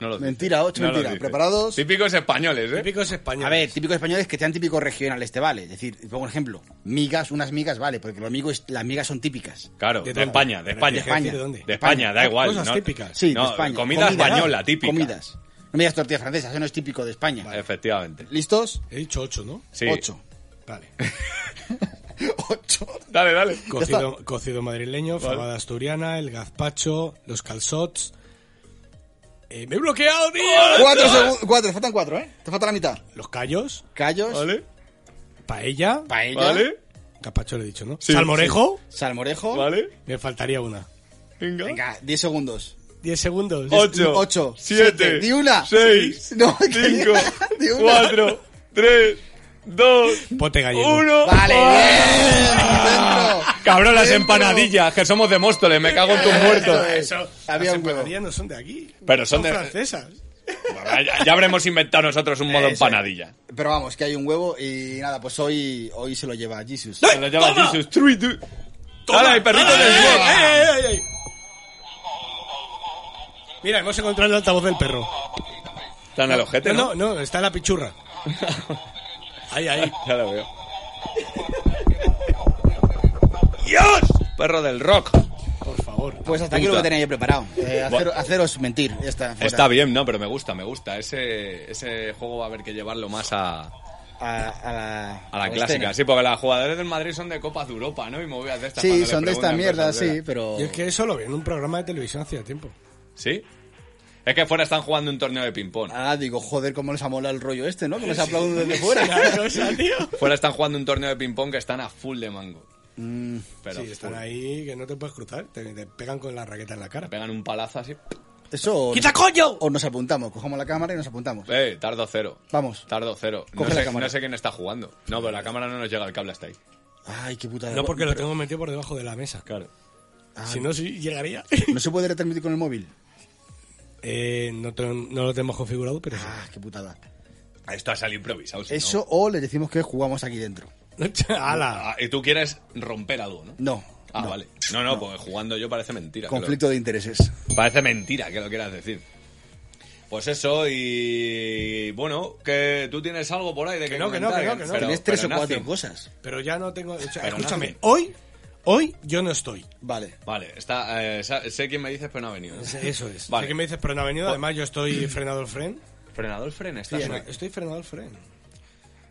No lo Mentira, dice. ocho, No lo mentira. dice. ¿Preparados? Típicos españoles, ¿eh? Típicos españoles. A ver, típicos españoles que sean típicos regionales, te vale. Es decir, pongo un ejemplo. Migas, unas migas, vale, porque lo migo es- las migas son típicas. Claro, de, dónde? España, de Pero España. tienes que decir España. dónde. De España, da igual. Cosas ¿no? típicas. Sí, No, de España. Comida, española, típica. Comidas. No me digas tortilla francesa, eso no es típico de España. Efectivamente. ¿Listos? He dicho 8, ¿no? Sí. Ocho. Vale. Ocho. Dale, dale. Cocido, cocido madrileño, fabada asturiana, el gazpacho, los calzots. Eh, ¡Me he bloqueado, tío! Cuatro segundos. Cuatro, faltan cuatro, ¿eh? Te falta la mitad. Los callos, Callos. ¿Vale? paella, Paella. ¿Vale? gazpacho lo he dicho, ¿no? Sí, Salmorejo, Salmorejo. ¿Vale? me faltaría una. Venga. Venga, diez segundos. 10 segundos. Ocho. Ocho. Siete. Di una. Seis. No, que cinco. di- di una. Cuatro. Tres. Dos. Pote gallego. Uno. Vale, bien. Dentro. Cabrón, las Dentro. empanadillas, que somos de Móstoles, me cago en tus Eso muertos. es. Había Las un huevo. empanadillas no son de aquí. Pero son son de- francesas. Ya, ya habremos inventado nosotros un modo Eso es. empanadilla. Pero vamos, que hay un huevo y nada, pues hoy, hoy se lo lleva Jesus. Se lo lleva Jesus. Three, two. ¡Hala, el perrito del Bob! ¡Eh, eh, eh, eh! Mira, hemos encontrado el altavoz del perro. Está en el ojete, ¿no? No, no, no, está la pichurra. Ahí, ahí. Ya lo veo. ¡Dios! Perro del rock. Por favor. Pues hasta aquí lo Puta. que tenía yo preparado. Eh, hacer- Bueno. haceros mentir. Ya está, fuera. Está bien, no, pero me gusta, me gusta. Ese, ese juego va a haber que llevarlo más a, a A, a la, la a clásica. escena. Sí, porque las jugadores del Madrid son de Copas de Europa, ¿no? Y movidas de estas. Sí, cuando le son de esta preguntan mierda, cosas de- sí, pero... Y es que eso lo vi en un programa de televisión hacía tiempo. ¿Sí? Es que fuera están jugando un torneo de ping-pong. Ah, digo, joder, cómo les ha molado el rollo este, ¿no? Que nos aplauden desde Una fuera. cosa, tío. Fuera están jugando un torneo de ping-pong que están a full de mango. Mm, Pero sí, están full. ahí que no te puedes cruzar. Te, te pegan con la raqueta en la cara. Te pegan un palazo así. Eso... ¡Quita coño! O nos apuntamos, cojamos la cámara y nos apuntamos. Eh, tardo cero. Vamos. Tardo cero. No Coge la sé, cámara. no sé quién está jugando. No, pero la cámara no nos llega, el cable hasta ahí. Ay, qué putada. Ah, No, porque lo tengo metido por debajo de la mesa. Claro. Si no, sí, llegaría. ¿No se puede retransmitir con el móvil? Eh, no, te- no lo tenemos configurado, pero sí. Ah, qué putada. Esto ha salido improvisado. si no. Eso o le decimos que jugamos aquí dentro. ¡Hala! Ah, y tú quieres romper algo, ¿no? No. Ah, no. vale. No, no, porque jugando yo parece mentira. que lo- Conflicto de intereses. Parece mentira que lo quieras decir. Pues eso, y bueno, que tú tienes algo por ahí de que, no, que no, comentar, ¿eh? que no, que no. pero- Tienes tres pero o cuatro Nazi- cosas. Pero ya no tengo. o sea, Pero escúchame, no. hoy, hoy yo no estoy. Vale. Vale, está, eh, sa- sé quién me dices, pero no ha venido. Eso es. Vale. Sé que me dices, pero no ha venido. Además, yo estoy frenado al fren. Frenador frena, estás Frena- hoy. Estoy frenado al fren.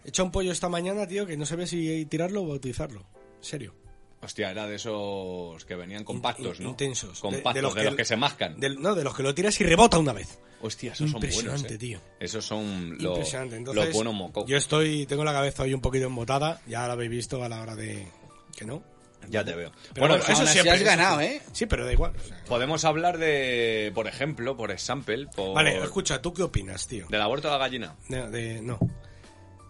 He hecho un pollo esta mañana, tío, que no sabía si tirarlo o bautizarlo. En serio. Hostia, era de esos que venían compactos, ¿no? Intensos. De- Compactos, de, los, que, se mascan. del- no, de los que lo tiras y rebota una vez. Hostia, esos son buenos. Impresionante, ¿eh? tío. Esos son los, Impresionante. Entonces, los buenos mocos. Yo estoy, tengo la cabeza hoy un poquito embotada. Ya lo habéis visto a la hora de. que no. Ya te veo. Pero bueno, bueno, eso aún así, siempre. has ganado, ¿eh? Sí, pero da igual. o sea. podemos hablar de, por ejemplo, por example, por- Vale, escucha, ¿tú qué opinas, tío? del aborto de la gallina. No, de- no.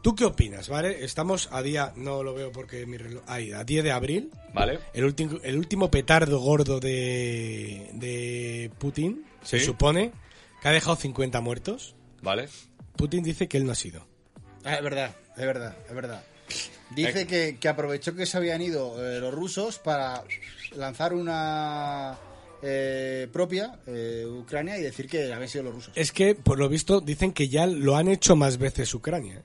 ¿Tú qué opinas, vale? Estamos a día, no lo veo porque mi reloj... Ahí, a 10 de abril, ¿Vale? el, último el último petardo gordo de, de Putin, se Sí. supone, que ha dejado 50 muertos. ¿Vale? Putin dice que él no ha sido. Ah, es verdad, es verdad, es verdad. Dice que, que aprovechó que se habían ido eh, los rusos para lanzar una eh, propia eh, Ucrania y decir que habían sido los rusos. Es que, por lo visto, dicen que ya lo han hecho más veces Ucrania.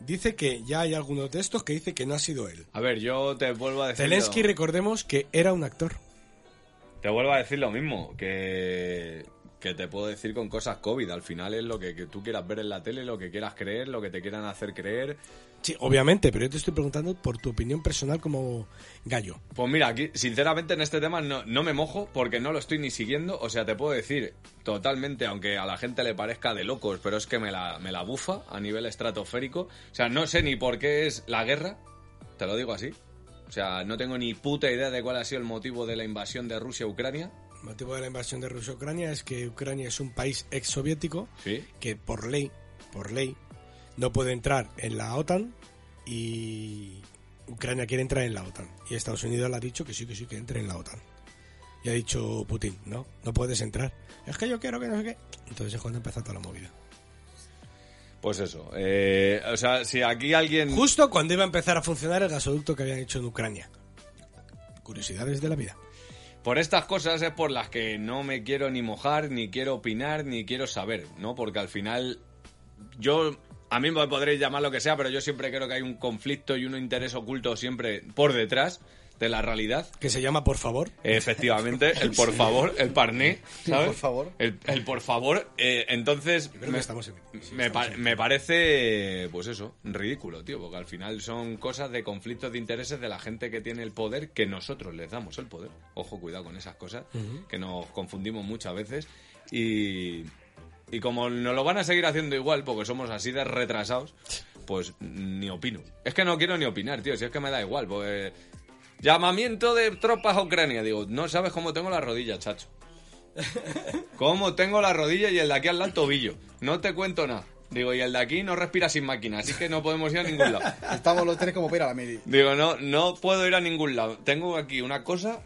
Dice que ya hay algunos de estos que dice que no ha sido él. A ver, yo te vuelvo a decir. Zelensky, recordemos que era un actor. Te vuelvo a decir lo mismo, que, que te puedo decir con cosas COVID. Al final es lo que, que tú quieras ver en la tele, lo que quieras creer, lo que te quieran hacer creer. Sí, obviamente, pero yo te estoy preguntando por tu opinión personal como gallo. Pues mira, aquí, sinceramente en este tema no, no me mojo porque no lo estoy ni siguiendo. O sea, te puedo decir totalmente, aunque a la gente le parezca de locos, pero es que me la, me la bufa a nivel estratosférico. O sea, no sé ni por qué es la guerra, te lo digo así. O sea, no tengo ni puta idea de cuál ha sido el motivo de la invasión de Rusia a Ucrania. El motivo de la invasión de Rusia a Ucrania es que Ucrania es un país exsoviético Sí. que por ley, por ley, no puede entrar en la OTAN y Ucrania quiere entrar en la OTAN. Y Estados Unidos le ha dicho que sí, que sí, que entre en la OTAN. Y ha dicho Putin, no, no puedes entrar. Es que yo quiero que no sé qué. Entonces es cuando empezó toda la movida. Pues eso. eh, o sea, si aquí alguien. Justo cuando iba a empezar a funcionar el gasoducto que habían hecho en Ucrania. Curiosidades de la vida. Por estas cosas es por las que no me quiero ni mojar, ni quiero opinar, ni quiero saber, ¿no? Porque al final yo, a mí me podréis llamar lo que sea, pero yo siempre creo que hay un conflicto y un interés oculto siempre por detrás de la realidad. Que se llama Por favor. Efectivamente, el por favor, el parné, ¿sabes? por favor. El, el por favor. eh, entonces, creo que estamos en- sí, me, estamos pa- en- me parece, pues eso, ridículo, tío, porque al final son cosas de conflictos de intereses de la gente que tiene el poder, que nosotros les damos el poder. Ojo, cuidado con esas cosas, que nos confundimos muchas veces. Y, y como nos lo van a seguir haciendo igual, porque somos así de retrasados, pues ni opino. Es que no quiero ni opinar, tío, si es que me da igual, pues... Llamamiento de tropas a Ucrania. Digo, no sabes cómo tengo la rodilla, chacho. Cómo tengo la rodilla y el de aquí al lado el tobillo. No te cuento nada. Digo, y el de aquí no respira sin máquina, así que no podemos ir a ningún lado. Estamos los tres como pera la mili. Digo, no, no puedo ir a ningún lado. Tengo aquí una cosa.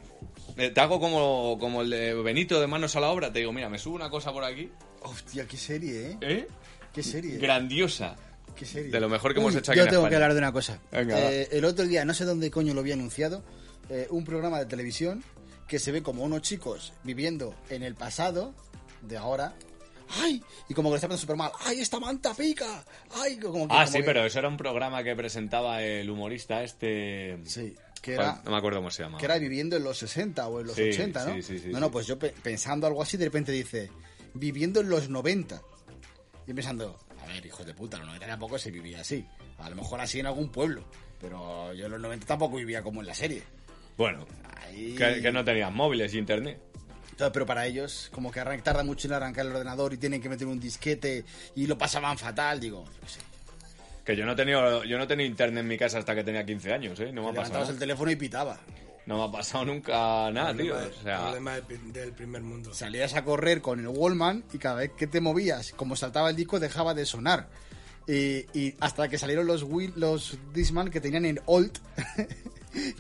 eh, Te hago como, como el de Benito de manos a la obra. Te digo, mira, me subo una cosa por aquí. Hostia, qué serie, ¿eh? ¿Eh? Qué serie. Grandiosa. qué serie. de lo mejor que hemos hecho aquí Yo en tengo España. que hablar de una cosa. Venga, va. Eh, el otro día, no sé dónde coño lo había anunciado, eh, un programa de televisión que se ve como unos chicos viviendo en el pasado de ahora. ¡Ay! Y como que lo está pasando súper mal. ¡Ay, esta manta pica! ¡Ay! Como que, Ah, como sí, que- pero eso era un programa que presentaba el humorista este. Sí, que era, No me acuerdo cómo se llama. que era viviendo en los 60 o en los Sí, 80, ¿no? sí, sí, sí, no, no, sí. pues yo pe- pensando algo así, de repente dice, viviendo en los 90. Y pensando, a ver, hijos de puta, en los 90 tampoco se vivía así. A lo mejor así en algún pueblo. Pero yo en los 90 tampoco vivía como en la serie. Bueno, Ahí- que, que no tenían móviles, internet. Entonces, pero para ellos, como que arran- tarda mucho en arrancar el ordenador y tienen que meter un disquete y lo pasaban fatal, digo, yo qué sé. Que yo no he tenido, yo no he tenido internet en mi casa hasta que tenía 15 años, ¿eh? No me ha pasado. Levantabas el nada. teléfono y pitaba. No me ha pasado nunca nada, Ah, tío. Problema, O sea, problema de pri- del primer mundo. salías a correr con el Wallman y cada vez que te movías, como saltaba el disco, dejaba de sonar. Y, y hasta que salieron los Will, los Disman que tenían en Alt,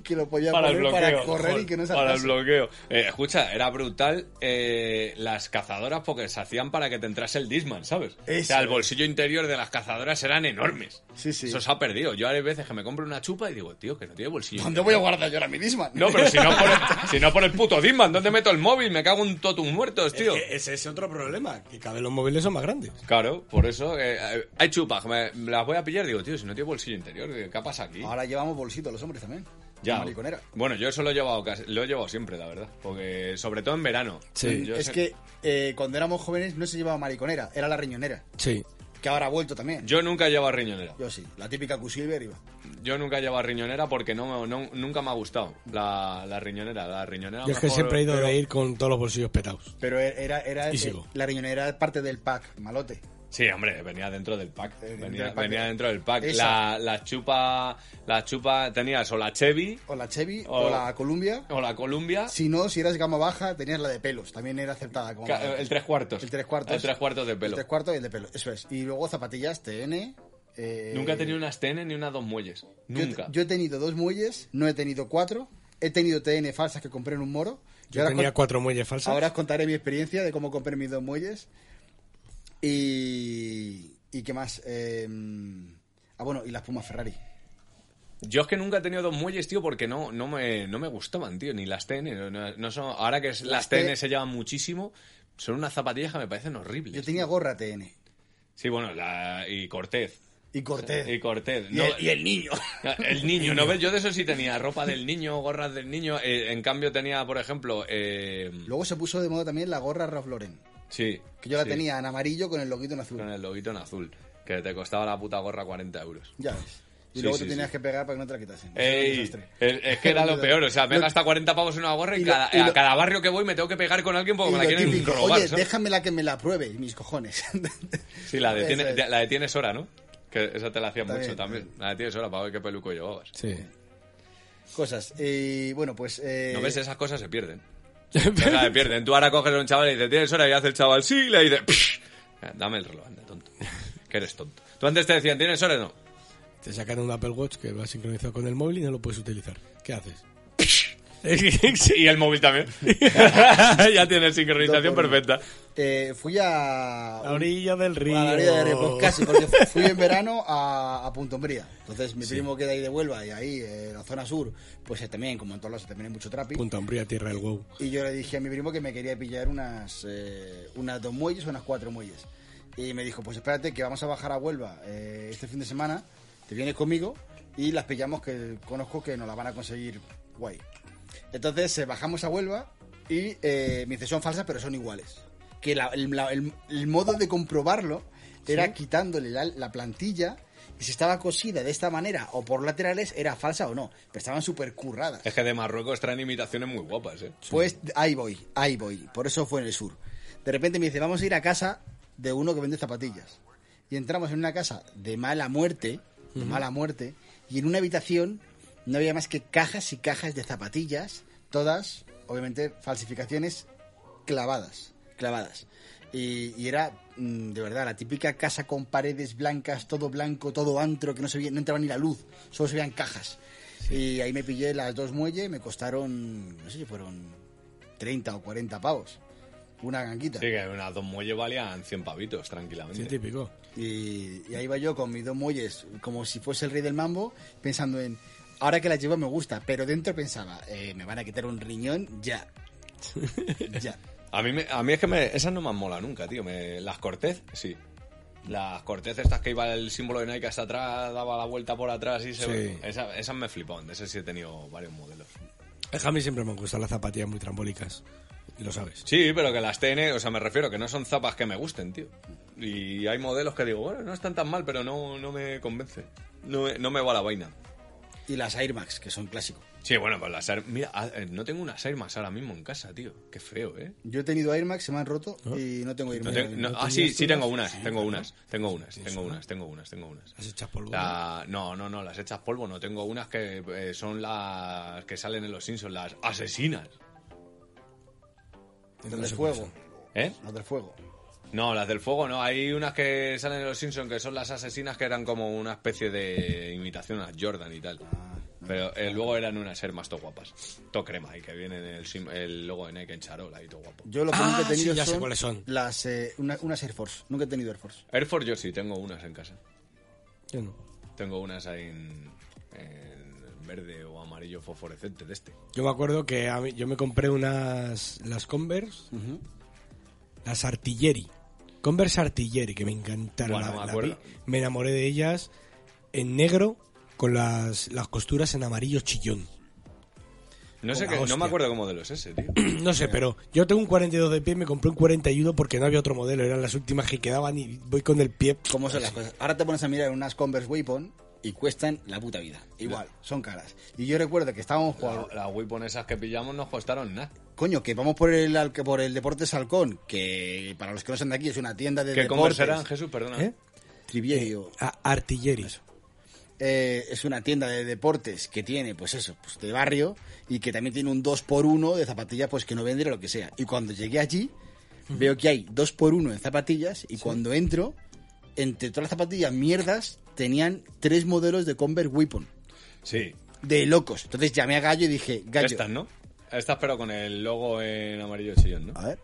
que lo podía para el poner bloqueo. para correr joder, y que no Para el saltase. bloqueo. Eh, escucha, era brutal eh, las cazadoras porque se hacían para que te entrase el Disman, ¿sabes? O Eso sea, el es. bolsillo interior de las cazadoras eran enormes. Sí, sí. Eso se ha perdido. Yo hay veces que me compro una chupa y digo, tío, que no tiene bolsillo. ¿Dónde interior. voy a guardar yo ahora mi Disman? No, pero si no, por el, si no por el puto Disman, ¿dónde meto el móvil? Me cago en totum muertos, Es tío. Eh, que e-, ese es otro problema, que cada vez los móviles son más grandes. Claro, por eso eh, eh, hay chupas. Me, me las voy a pillar, digo, tío, si no tiene bolsillo interior, eh, ¿qué pasa aquí? Ahora llevamos bolsitos los hombres también. ya. La Mariconera. Bueno, yo eso lo he llevado casi- lo he llevado siempre, la verdad, porque sobre todo en verano. Sí. Yo Mm, es sé- que eh, cuando éramos jóvenes no se llevaba mariconera, era la riñonera, Sí. que ahora ha vuelto también. yo nunca he llevado riñonera. Yo sí, la típica Q-Silver iba. Yo nunca he llevado riñonera porque no, no- nunca me ha gustado la, la riñonera, la riñonera. Yo es que mejor- siempre he ido pero- de ir con todos los bolsillos petados. Pero era, era Y eh, sigo. la riñonera era parte del pack, malote. Sí, hombre, venía dentro del pack. Eh, dentro venía, del pack. venía dentro del pack. Esa. La, la chupa, la chupa tenías o la Chevy O la Chevy, O- o la Columbia, o la Columbia. Si no, si eras gama baja, tenías la de pelos. También era aceptada. Como Ca- El tres cuartos. El tres cuartos. El tres cuartos de El pelo. tres cuartos y el de pelo. Eso es. Y luego zapatillas TN. eh, Nunca he tenido unas TN ni unas dos muelles. yo- Nunca. Yo, he tenido dos muelles, no he tenido cuatro. He tenido TN falsas que compré en un moro. Y Yo ahora tenía os con- cuatro muelles falsas. Ahora os contaré mi experiencia de cómo compré mis dos muelles. Y. ¿Y qué más? Eh, ah, bueno, y las Pumas Ferrari. Yo es que nunca he tenido dos muelles, tío, porque no, no, me, no me gustaban, tío, ni las TN. no- no- no son, ahora que es- las T- TN se llevan muchísimo, son unas zapatillas que me parecen horribles. Yo tenía gorra TN. Sí, bueno, la, y Cortez. Y corté. Y Cortez. Eh. Y No, el- y el niño. el niño, ¿no ves? Yo de eso sí tenía ropa del niño, gorras del niño. eh, en cambio tenía, por ejemplo, eh, Luego se puso de moda también la gorra Ralph Lauren. sí. Que yo la sí, tenía en amarillo con el loguito en azul. Con el loguito en azul, que te costaba la puta gorra 40 euros. Ya ves. Y Sí, luego sí, te tenías sí. que pegar para que no te la quitasen. Eso era un Ey, desastre. el- es que era lo peor, o sea, me he Lo- gastado 40 pavos en una gorra y, y lo- cada, y lo- a cada barrio que voy me tengo que pegar con alguien porque Y me la lo quieren típico, robar. Oye, ¿sabes? déjamela que me la pruebe, mis cojones. Sí, la detienes, Eso es. la detienes hora, ¿no? Que esa te la hacían También, mucho también. La detienes hora para ver qué peluco llevabas. Sí. Cosas. Y bueno, pues. eh, No ves, esas cosas se pierden. Esas se pierden. Tú ahora coges a un chaval y dices, tienes hora y hace el chaval, sí, y le dices, "Psh". dame el reloj, anda, tonto. Que eres tonto. Tú antes te decían, ¿tienes hora? No. Te sacan un Apple Watch que va sincronizado con el móvil y no lo puedes utilizar. ¿Qué haces? y el móvil también. ya tienes dos sincronización por uno. perfecta. eh, fui a. La orilla del río. a la orilla del río, pues casi, porque fu- fui en verano a, a Punto Umbría. Entonces mi primo queda ahí de Huelva y ahí, eh, en la zona sur, pues eh, también, como en todos lados, también hay mucho trapi. Punta Umbría, tierra del wow. Y yo le dije a mi primo que me quería pillar unas, eh, unas dos muelles o unas cuatro muelles. Y me dijo, pues espérate que vamos a bajar a Huelva eh, este fin de semana, te vienes conmigo y las pillamos que conozco que nos las van a conseguir guay. Entonces eh, bajamos a Huelva y eh, me dice, son falsas pero son iguales. Que la- el, la- el- el modo de comprobarlo era quitándole la, la plantilla y si estaba cosida de esta manera o por laterales era falsa o no. Pero estaban súper curradas. Es que de Marruecos traen imitaciones muy guapas, ¿eh? Pues ahí voy, ahí voy. Por eso fue en el sur. De repente me dice, vamos a ir a casa de uno que vende zapatillas. Y entramos en una casa de mala muerte, de mala muerte, y en una habitación no había más que cajas y cajas de zapatillas, todas, obviamente, falsificaciones clavadas, clavadas. Y, y era, mm, de verdad, la típica casa con paredes blancas, todo blanco, todo antro, que no se veía, no entraba ni la luz, solo se veían cajas. Y ahí me pillé las dos muelles, me costaron, no sé si fueron 30 o 40 pavos, una ganguita. Sí, que unas dos muelles valían 100 pavitos, tranquilamente. Sí, típico. Y, y ahí va yo con mis dos muelles, como si fuese el rey del mambo, pensando en, ahora que las llevo me gusta, pero dentro pensaba, eh, me van a quitar un riñón ya. ya. A mí, me- a mí es que me- esas no me han molado nunca, tío. Me- las Cortez, sí. Las Cortez estas que iba el símbolo de Nike hasta atrás, daba la vuelta por atrás y se... Sí. Esa- esas me flipaban, de esas sí he tenido varios modelos. Es que a mí siempre me han gustado las zapatillas muy trambólicas. Y lo sabes. Sí, pero que las TN, o sea, me refiero que no son zapas que me gusten, tío. Y hay modelos que digo, bueno, no están tan mal, pero no, no me convence. No, me- no me va la vaina. Y las Air Max, que son clásicos. Sí, bueno, pues las Air... Mira, ah, eh, no tengo unas Air Max ahora mismo en casa, tío. Qué feo, ¿eh? Yo he tenido Air Max, se me han roto y no tengo Air No Max. tengo- no- Ah. ¿no ah, sí, tenías sí tú tengo las? unas, Sí, tengo claro. unas, tengo unas, Sí, tengo eso, unas, tengo unas, tengo unas. Las hechas polvo. La- no, no, no, las hechas polvo, no. Tengo unas que eh, son las que salen en los Simpsons, las asesinas. ¿no? Las No del sé fuego. cuáles son. ¿Eh? Las del fuego. No, las del fuego no. Hay unas que salen en los Simpsons que son las asesinas que eran como una especie de imitación a Jordan y tal. Ah. Pero eh, luego eran unas hermas todo guapas. Todo crema y que vienen el, sim- el logo de Nike en charola y todo guapo. Yo lo que Ah, nunca he tenido sí, ya sé son, cuáles son. Las, eh, una- unas Air Force. Nunca he tenido Air Force. Air Force yo sí, tengo unas en casa. Yo no. Tengo unas ahí en, en verde o amarillo fosforescente de este. Yo me acuerdo que a mí- yo me compré unas las Converse, las Artillery, Converse Artillery que me encantaron. Bueno, me vi- acuerdo. me enamoré de ellas en negro con las, las costuras en amarillo chillón. No sé Con la qué, no me hostia. acuerdo qué modelo es ese, tío. No sé, pero yo tengo un 42 de pie, me compré un 41 porque no había otro modelo, eran las últimas que quedaban y voy con el pie. ¿Eh? ¿Cómo son las cosas? Ahora te pones a mirar unas Converse Weapon y cuestan la puta vida. Igual, son caras. Y yo recuerdo que estábamos La- jugando. Las Weapon esas que pillamos nos costaron nada. Coño, que vamos por el al- por el Deportes Halcón, que para los que no son de aquí es una tienda de ¿Qué deportes. Converse eran, Jesús? Perdona. ¿Eh? Trivierio. A- Artillery. Eh, es una tienda de deportes que tiene, pues eso, pues de barrio y que también tiene un 2x1 de zapatillas, pues que no vende lo que sea. Y cuando llegué allí, veo que hay 2x1 en zapatillas y cuando entro, entre todas las zapatillas mierdas, tenían tres modelos de Converse Weapon. Sí. De locos. Entonces llamé a Gallo y dije, Gallo. Estas, ¿no? Estas, pero con el logo en amarillo chillón, ¿no? A ver.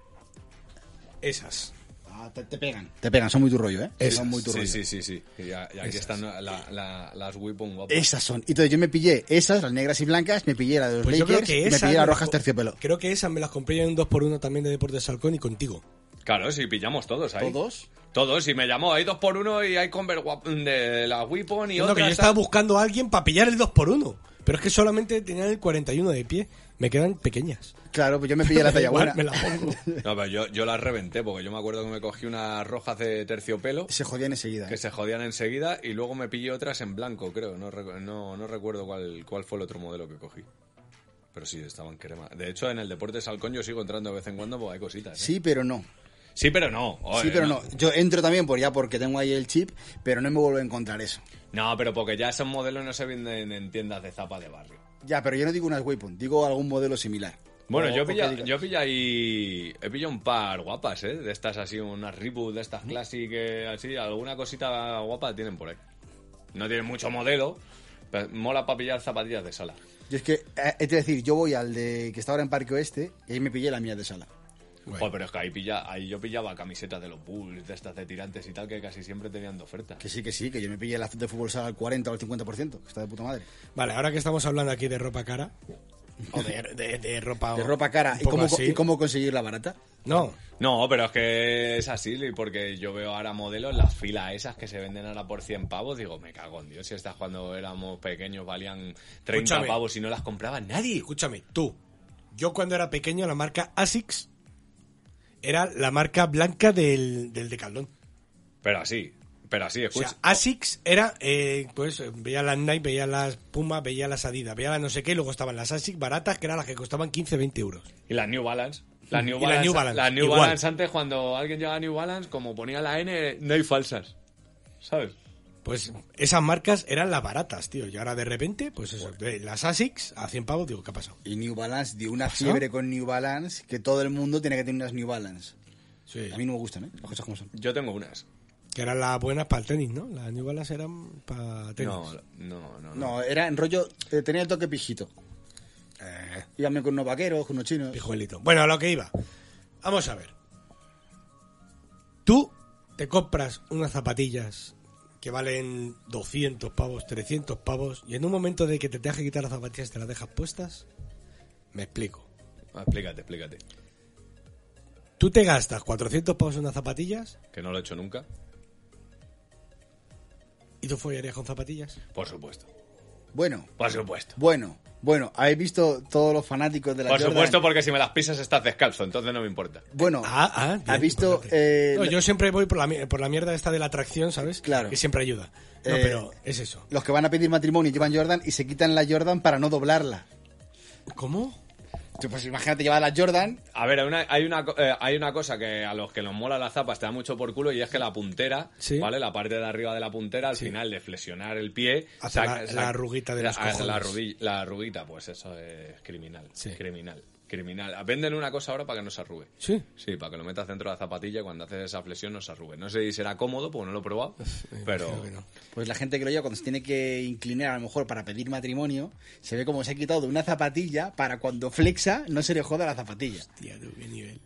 Esas. Ah, te, te pegan. Te pegan, son muy tu rollo, ¿eh? son muy tu sí, rollo. sí, sí, sí. Y, a- y aquí están la- la- las Weapon guapas. Esas son. Y entonces yo me pillé esas, las negras y blancas, me pillé la de los Pues yo creo Lakers que y me esas. pillé las me rojas co- terciopelo. Creo que esas me las compré yo en 2x1 también de Deportes Halcón y contigo. Claro, sí, pillamos todos ahí. ¿Todos? Todos, y me llamó, hay dos por uno y hay Converse guap- de la Weapon y No, otra. que yo está- estaba buscando a alguien para pillar el 2x1. Pero es que solamente tenían el 41 de pie. Me quedan pequeñas. Claro, pues yo me pillé la talla Igual buena. me la pongo. No, pero yo, yo las reventé porque yo me acuerdo que me cogí unas rojas de terciopelo Se jodían enseguida. que ¿eh? se jodían enseguida y luego me pillé otras en blanco, creo. No, recu- no, no recuerdo cuál, cuál fue el otro modelo que cogí. Pero sí, estaban crema. De hecho, en el deporte Salcón yo sigo entrando de vez en cuando porque hay cositas. ¿eh? Sí, pero no. Sí, pero no. Oye, Sí, pero no. Yo entro también por ya porque tengo ahí el chip, pero no me vuelvo a encontrar eso. No, pero porque ya esos modelos no se venden en tiendas de zapa de barrio. Ya, pero yo no digo unas Weapon, digo algún modelo similar. Bueno, O- yo o que pilla, diga- yo pilla ahí. He pillado un par guapas, ¿eh? De estas así, unas Reboot, de estas Classic, eh, así. Alguna cosita guapa tienen por ahí. No tienen mucho modelo, pero mola para pillar zapatillas de sala. Yo es que, eh, es decir, yo voy al de que está ahora en Parque Oeste y ahí me pillé la mía de sala. Joder, pero es que ahí, pilla, ahí yo pillaba camisetas de los Bulls, de estas de tirantes y tal, que casi siempre tenían de oferta. Que sí, que sí, que yo me pillé la de fútbol sala al 40 o al 50%, que está de puta madre. Vale, ahora que estamos hablando aquí de ropa cara, O de, de- de ropa. De ropa cara. un ¿Y poco cómo, así. ¿Y cómo conseguirla barata? No. No, pero es que es así, Lee, porque yo veo ahora modelos, las filas esas que se venden ahora por 100 pavos, digo, me cago en Dios, si estas cuando éramos pequeños valían 30 Escúchame. pavos y no las compraba nadie. Escúchame, tú. Yo cuando era pequeño, la marca Asics era la marca blanca del, del Decathlon. Pero así, pero así, O Pues, escucha. oh. sea, Asics era, eh, pues, eh, veía las Nike, veía las Puma, veía las Adidas, veía las no sé qué, y luego estaban las Asics baratas, que eran las que costaban 15, 20 euros. Y las New Balance. Las New Y las Balance, New Balance, las New igual. Balance antes, cuando alguien llegaba a New Balance, como ponía la N, no hay falsas. ¿Sabes? Pues esas marcas eran las baratas, tío. Y ahora de repente, pues eso, de las Asics a 100 pavos, digo, ¿qué ha pasado? Y New Balance dio una fiebre con New Balance que todo el mundo tiene que tener unas New Balance. Sí. A mí no me gustan, ¿eh? Las cosas como son. Yo tengo unas. Que eran las buenas para el tenis, ¿no? Las New Balance eran para tenis. No, no, no. no. No, era en rollo. eh, tenía el toque pijito. Eh, Íbame con unos vaqueros, con unos chinos. pijuelito. Bueno, a lo que iba. Vamos a ver. Tú te compras unas zapatillas que valen 200 pavos, 300 pavos, y en un momento de que te dejas quitar las zapatillas te las dejas puestas. Me explico. Ah, Explícate, explícate. Tú te gastas 400 pavos en unas zapatillas Que no lo he hecho nunca. y tú follarías con zapatillas. Por supuesto. Bueno, Por supuesto. bueno, bueno. ¿Habéis visto todos los fanáticos de la Por Jordan? supuesto, porque si me las pisas estás descalzo, entonces no me importa. Bueno, Ah, ah, bien, ¿has visto? importante. eh, No, yo siempre voy por la, mi- por la mierda esta de la atracción, ¿sabes? Claro. Que siempre ayuda. No, Eh, pero es eso. Los que van a pedir matrimonio y llevan Jordan y se quitan la Jordan para no doblarla. ¿Cómo? Tú, pues imagínate llevar la Jordan. A ver, hay una, hay, una, co- eh, hay una cosa que a los que nos mola las zapas te da mucho por culo y es que la puntera, Sí. ¿vale? La parte de arriba de la puntera, al final de flexionar el pie... Hace la- la arruguita de los hace la, cojones. arrugi- la arruguita, pues eso es criminal, Sí. criminal, criminal. Venden una cosa ahora para que no se arrugue. Sí. Sí, para que lo metas dentro de la zapatilla y cuando haces esa flexión no se arrugue. No sé si será cómodo, porque no lo he probado, pero... eh, Creo que no. Pues la gente que lo lleva cuando se tiene que inclinar a lo mejor para pedir matrimonio, se ve como se ha quitado de una zapatilla para cuando flexa no se le joda la zapatilla. Tía, tú, qué nivel.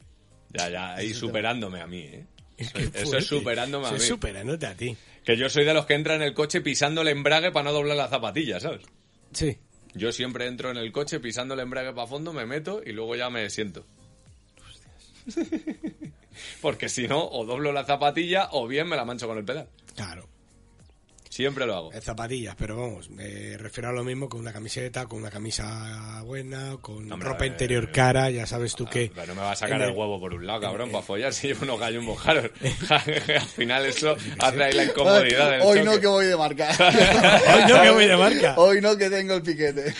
Ya, ya, ahí superándome a mí, ¿eh? Eso, Qué eso fuerte. es superándome a Eso mí. es superándote a ti. Que yo soy de los que entra en el coche pisando el embrague para no doblar la zapatilla, ¿sabes? Sí. Yo siempre entro en el coche pisando el embrague para fondo, me meto y luego ya me siento. Porque si no, o doblo la zapatilla o bien me la mancho con el pedal. Claro. Siempre lo hago. Eh, Zapatillas, pero vamos, me refiero a lo mismo con una camiseta, con una camisa buena, con Hombre, ah, ropa eh, interior cara, ya sabes tú que... Pero no me va a sacar en el huevo por un lado, cabrón, para follar si llevo unos gallos mojados. Al final eso hace ahí la incomodidad del Hoy no choque. que voy de marca. Hoy no, que voy de marca. Hoy no que tengo el piquete.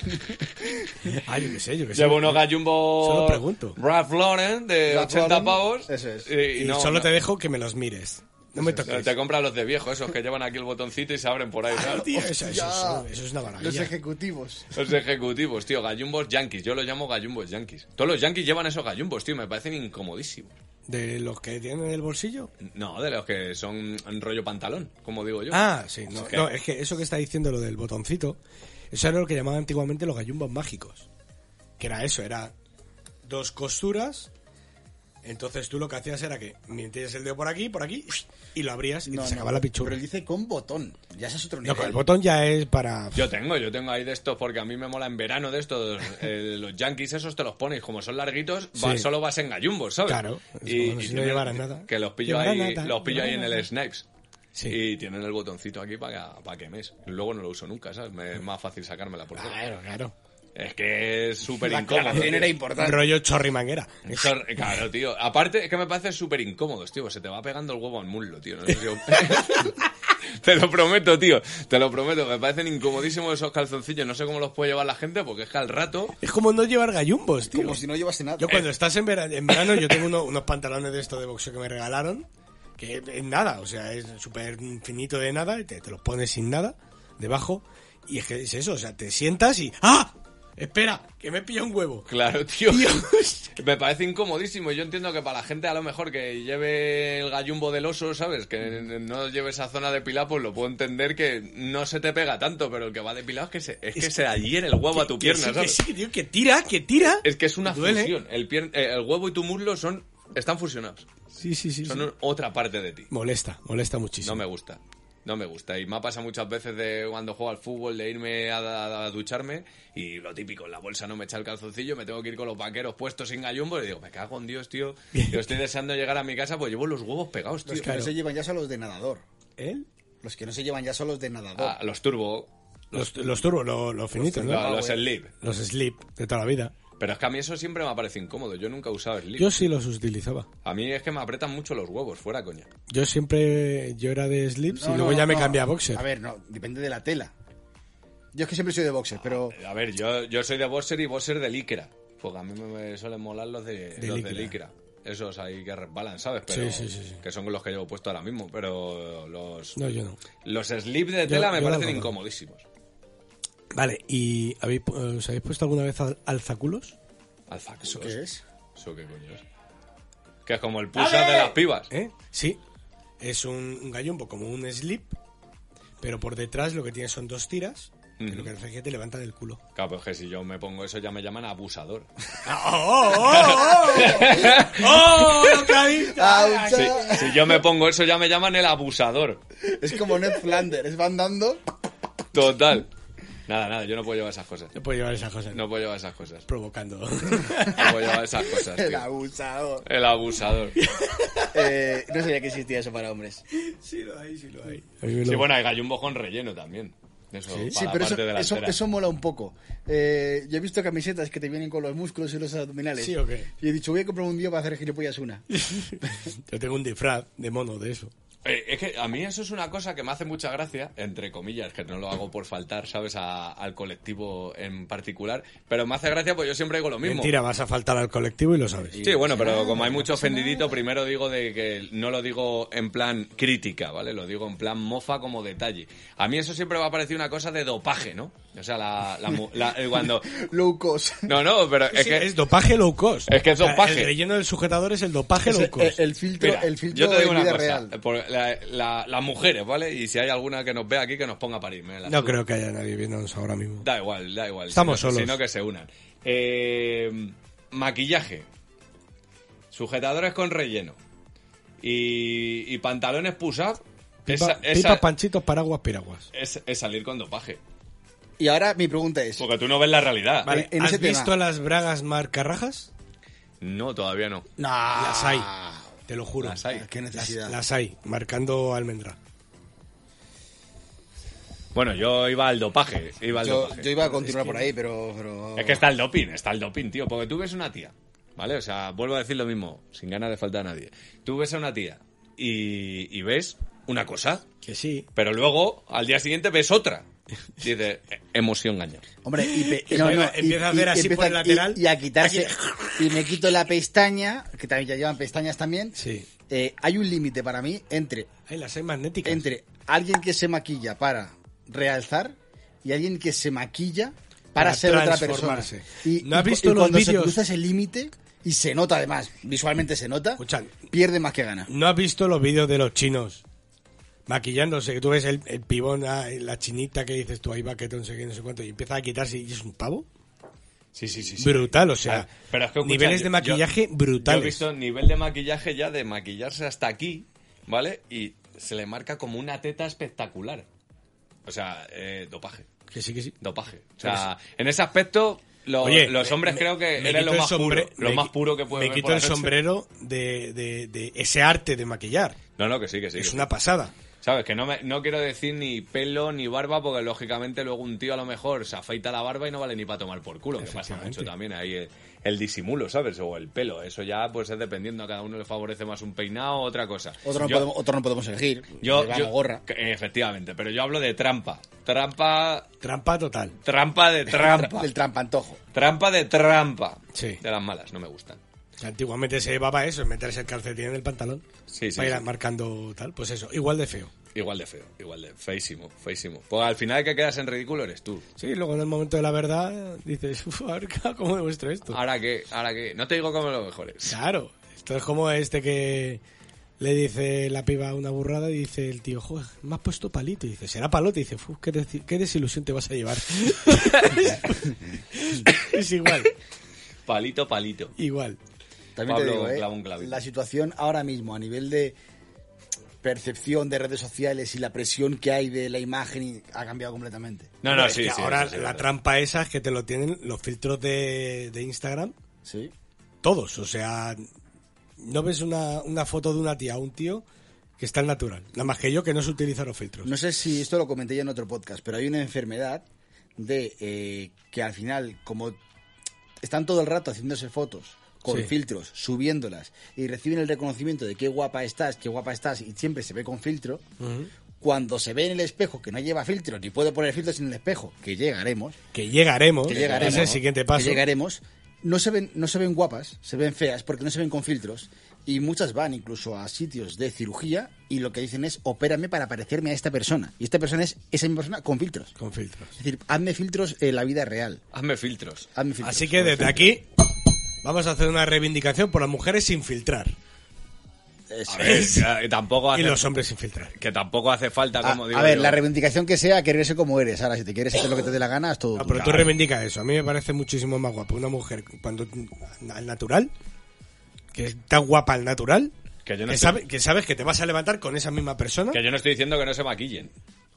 Ay, yo qué sé, yo qué sé. Llevo unos gallumbos. Solo pregunto. Ralph Lauren de Ralph 80 Lauren, pavos. eso es. Y, Y no, solo no. te dejo que me los mires. No me No, toques. Te compras los de viejo, esos que llevan aquí el botoncito y se abren por ahí, claro. Tío, eso, eso- eso- eso es una Los maravilla. ejecutivos. Los ejecutivos, tío, gallumbos yankees. Yo los llamo gallumbos yankees. Todos los yankees llevan esos gallumbos, tío, me parecen incomodísimos. De los que tienen en el bolsillo. No, de los que son en rollo pantalón, como digo yo. Ah, sí. No, que- no, es que eso que está diciendo, lo del botoncito, eso era lo que llamaban antiguamente los gallumbos mágicos. Que era eso, era dos costuras. Entonces tú lo que hacías era que metías el dedo por aquí, por aquí, y lo abrías y No, te no, sacaba la Pero pichurra. él dice con botón. Ya ese es otro No, nivel. con el botón ya es para... Yo tengo, yo tengo ahí de estos porque a mí me mola en verano de estos. eh, los yankees esos te los pones, como son larguitos, va- Sí. solo vas en gallumbos, ¿sabes? Claro, es como si no tienen- llevaras nada. Que los pillo Llevarás ahí, nada, los pillo ahí en llevarás el nada. Snipes. Sí. Y tienen el botoncito aquí para que, para que mes. Luego no lo uso nunca, ¿sabes? Me- es más fácil sacármela por fuera. Claro, claro. Es que es súper La incómodo. aclaración tío. era importante. Rollo chorrimanguera. Eso, claro, tío. Aparte, es que me parece súper incómodo, tío. Se te va pegando el huevo al muslo, tío. No sé si os- te lo prometo, tío. Te lo prometo. Me parecen incomodísimos esos calzoncillos. No sé cómo los puede llevar la gente porque es que al rato. Es como no llevar gallumbos, tío. Como si no llevase nada. Yo cuando estás en verano, en verano yo tengo uno- unos pantalones de esto de boxeo que me regalaron, que es nada, o sea, es súper finito de nada, y te, te los pones sin nada debajo, y es que es eso, o sea, te sientas y ¡Ah! Espera, que me pilla un huevo. Claro, tío. Dios. Me parece incomodísimo. Yo entiendo que para la gente a lo mejor que lleve el gallumbo del oso, ¿sabes? Que no lleve esa zona de pilar, pues lo puedo entender que no se te pega tanto, pero el que va de pilar es que se, es que se adhiere el huevo a tu pierna, que sí, ¿sabes? Que sí, tío, que tira, que tira. Es que es una Duele. fusión. El, pier- eh, el huevo y tu muslo son están fusionados. Sí, sí, sí. sí. Son otra parte de ti. Molesta, molesta No muchísimo. me gusta. no me gusta. Y me ha pasado muchas veces de cuando juego al fútbol, de irme a, a- a ducharme y lo típico, en la bolsa no me echa el calzoncillo, me tengo que ir con los vaqueros puestos sin gallumbo y digo, me cago en Dios, tío. Yo estoy deseando llegar a mi casa, pues llevo los huevos pegados, tío. Los que claro. no se llevan ya son los de nadador. ¿Eh? Los que no se llevan ya son los de nadador. Ah, los turbo, Los, los turbo, lo- eh. los finitos, no, ¿no? los slip. Los slip de toda la vida. Pero es que a mí eso siempre me parece incómodo. Yo nunca he usado slip. Yo sí los utilizaba. A mí es que me apretan mucho los huevos, fuera coña. Yo siempre, yo era de slips No, y luego no, ya me no. cambié a boxer. A ver, no, depende de la tela. Yo es que siempre soy de boxer, pero A ver, yo, yo soy de boxer y boxer de licra. Porque a mí me, me suelen molar los de, De los de licra. licra. Esos ahí que resbalan, ¿sabes? Pero, Sí, sí, sí, sí. Que son los que llevo puesto ahora mismo. Pero los, No, yo no. los slip de tela me yo lo parecen conozco. incomodísimos. Vale, ¿y habéis, pu- eh, os habéis puesto alguna vez al- alzaculos? Alfa, ¿eso qué es? ¿Eso qué coño es? Que es como el push de las pibas. ¿Eh? Sí. Es un, un gallumbo como un slip, pero por detrás lo que tiene son dos tiras, que lo que hace es que te levantan el culo. Claro, pero es que si yo me pongo eso ya me llaman abusador. ¡Oh, oh, oh! ¡Oh, lo que ha dicho! ¡Auch! Si, si yo me pongo eso ya me llaman el abusador. Es como Ned Flanders, van dando. Total. Nada, nada, yo no puedo llevar esas cosas. No puedo llevar esas cosas. No puedo llevar esas cosas. Provocando. No puedo llevar esas cosas. El Tío. abusador. El abusador. Eh, no sabía que existía eso para hombres. sí, lo hay, sí, lo hay. Sí, bueno, hay gallumbos con relleno también. Eso, para Sí, la pero eso, parte eso, delantera. eso mola un poco. Eh, yo he visto camisetas que te vienen con los músculos y los abdominales. Sí, ¿o qué? Y he dicho, voy a comprar un día para hacer gilipollas una. Yo tengo un disfraz de mono de eso. Eh, es que a mí eso es una cosa que me hace mucha gracia, entre comillas, que no lo hago por faltar, ¿sabes? A- al colectivo en particular. Pero me hace gracia porque yo siempre digo lo mismo. Mentira, vas a faltar al colectivo y lo sabes. Sí, bueno, pero como hay mucho ofendidito, primero digo de que no lo digo en plan crítica, ¿vale? Lo digo en plan mofa como detalle. A mí eso siempre me ha parecido una cosa de dopaje, ¿no? O sea, la, la mu- la- eh, cuando... Low cost. No, no, pero es Sí, que... es dopaje low cost. Es que es O sea, dopaje. El relleno del sujetador es el dopaje Es low el, cost. eh, el filtro, Mira, el filtro yo te digo de una vida cosa, eh, real. por la- la- las mujeres, ¿vale? Y si hay alguna que nos vea aquí, que nos ponga a parir. me la no suda. creo que haya nadie viéndonos ahora mismo. Da igual, da igual. Estamos sino, solos. Sino que se unan. Eh, maquillaje. Sujetadores con relleno. Y, y pantalones push-up. Pipa, Esa- pipa, esa- panchitos, paraguas, piraguas. Es, es salir con dopaje. Y ahora mi pregunta es, Porque tú no ves la realidad. Vale, en Eh, ¿has ese tema- visto las bragas marca rajas? No, todavía no. No. Las hay, te lo juro. Las hay. ¿qué Las, necesidad? las hay, marcando almendra. Bueno, yo iba al dopaje. Iba al yo, dopaje. yo iba a continuar por ahí, pero... pero- Es que está el doping, está el doping, tío. Porque tú ves una tía, ¿vale? O sea, vuelvo a decir lo mismo, sin ganas de faltar a nadie. Tú ves a una tía y, y ves una cosa, Que sí. pero luego al día siguiente ves otra. Dices, "Eh, hemos sido engañados. Hombre, y, pe- Que no, empieza- no, y- empieza a hacer y así por el empiezan- lateral. Y, y a quitarse... Y me quito la pestaña, que también ya llevan pestañas también. Sí. Eh, hay un límite para mí entre, Hay las hay magnéticas. entre alguien que se maquilla para realzar y alguien que se maquilla para, Para ser otra persona. transformarse. Y, ¿No has y- visto y los cuando se vídeos? cruza ese límite y se nota además, visualmente se nota, Escuchad. pierde más que gana. ¿No has visto los vídeos de los chinos maquillándose? Que tú ves el, el pibón, ah, la chinita que dices tú, ahí va, que no sé qué, no sé cuánto, y empieza a quitarse y es un pavo. Sí, sí, sí. Brutal, o sea, Ah, pero es que, escucha, niveles yo- de maquillaje yo- brutales. Yo he visto nivel de maquillaje ya de maquillarse hasta aquí, ¿vale? Y se le marca como una teta espectacular. O sea, eh, dopaje. Que sí, que sí. Dopaje. O sea, en ese aspecto, lo- Oye, los me- hombres me- creo que me eres quito lo el más, sombre- puro, lo me más qui- puro que puede Me ver quito por la el noche. sombrero de, de- de ese arte de maquillar. No, no, que sí, que sí. que es sí. una pasada. ¿Sabes? Que no, me- no quiero decir ni pelo ni barba, porque lógicamente luego un tío a lo mejor se afeita la barba y no vale ni para tomar por culo, que pasa Efectivamente. mucho también ahí el, el disimulo, ¿sabes? O el pelo, eso ya pues es dependiendo, a cada uno le favorece más un peinado o otra cosa. Otro, no Yo- podemos, otro no podemos elegir. yo- llevamos yo- gorra. que- Efectivamente, pero yo hablo de trampa. Trampa, Trampa total. trampa de trampa. El trampantojo. trampa de trampa. Sí. De las malas, no me gustan. Que Antiguamente se llevaba eso, meterse el calcetín en el pantalón. Sí, sí, Para ir sí. marcando tal. Pues eso, igual de feo. Igual de feo, igual de feísimo, feísimo. Pues al final el que quedas en ridículo eres tú. Sí, luego en el momento de la verdad dices, uff, a ver cómo demuestro esto. Ahora que, ahora que, no te digo cómo lo mejores. Claro, esto es como este que le dice la piba una burrada y dice el tío, joder, me has puesto palito. Y dice, será palote. Y dice, "Fu, qué, desi- qué desilusión te vas a llevar. es igual, Palito, palito. igual. También Pablo te digo, ¿eh? clava un clavito. la situación ahora mismo a nivel de... percepción de redes sociales y la presión que hay de la imagen y- ha cambiado completamente. No, no, Es sí, que sí. ahora sí, sí, la sí. trampa esa es que te lo tienen los filtros de, de Instagram, Sí. todos. O sea, no ves una, una foto de una tía o un tío que está al natural. Nada más que yo que no se utilizan los filtros. No sé si esto lo comenté ya en otro podcast, pero hay una enfermedad de eh, que al final, como están todo el rato haciéndose fotos con Sí. filtros, subiéndolas y reciben el reconocimiento de qué guapa estás, qué guapa estás y siempre se ve con filtro, cuando se ve en el espejo que no lleva filtro ni puede poner filtros en el espejo, que llegaremos, Que llegaremos, que llegaremos, es el siguiente paso. que llegaremos, no se ven no se ven guapas, se ven feas porque no se ven con filtros y muchas van incluso a sitios de cirugía y lo que dicen es opérame para parecerme a esta persona y esta persona es esa misma persona con filtros. Con filtros. Es decir, hazme filtros en la vida real. Hazme filtros. Ah, Hazme filtros. Así que desde aquí vamos a hacer una reivindicación por las mujeres sin filtrar Eso. A ver, que tampoco y hace, los Ah, hombres sin filtrar. que tampoco hace falta, A, como digo a ver, yo. la reivindicación que sea, querer ser como eres. Ahora, si te quieres hacer lo que te dé la gana, haz todo. No, tú. Ah, pero tú reivindica eso. A mí me parece muchísimo más guapo una mujer cuando al natural que está guapa al natural. Que yo no que, estoy- sabe- que sabes que te vas a levantar con esa misma persona. Que yo no estoy diciendo que no se maquillen.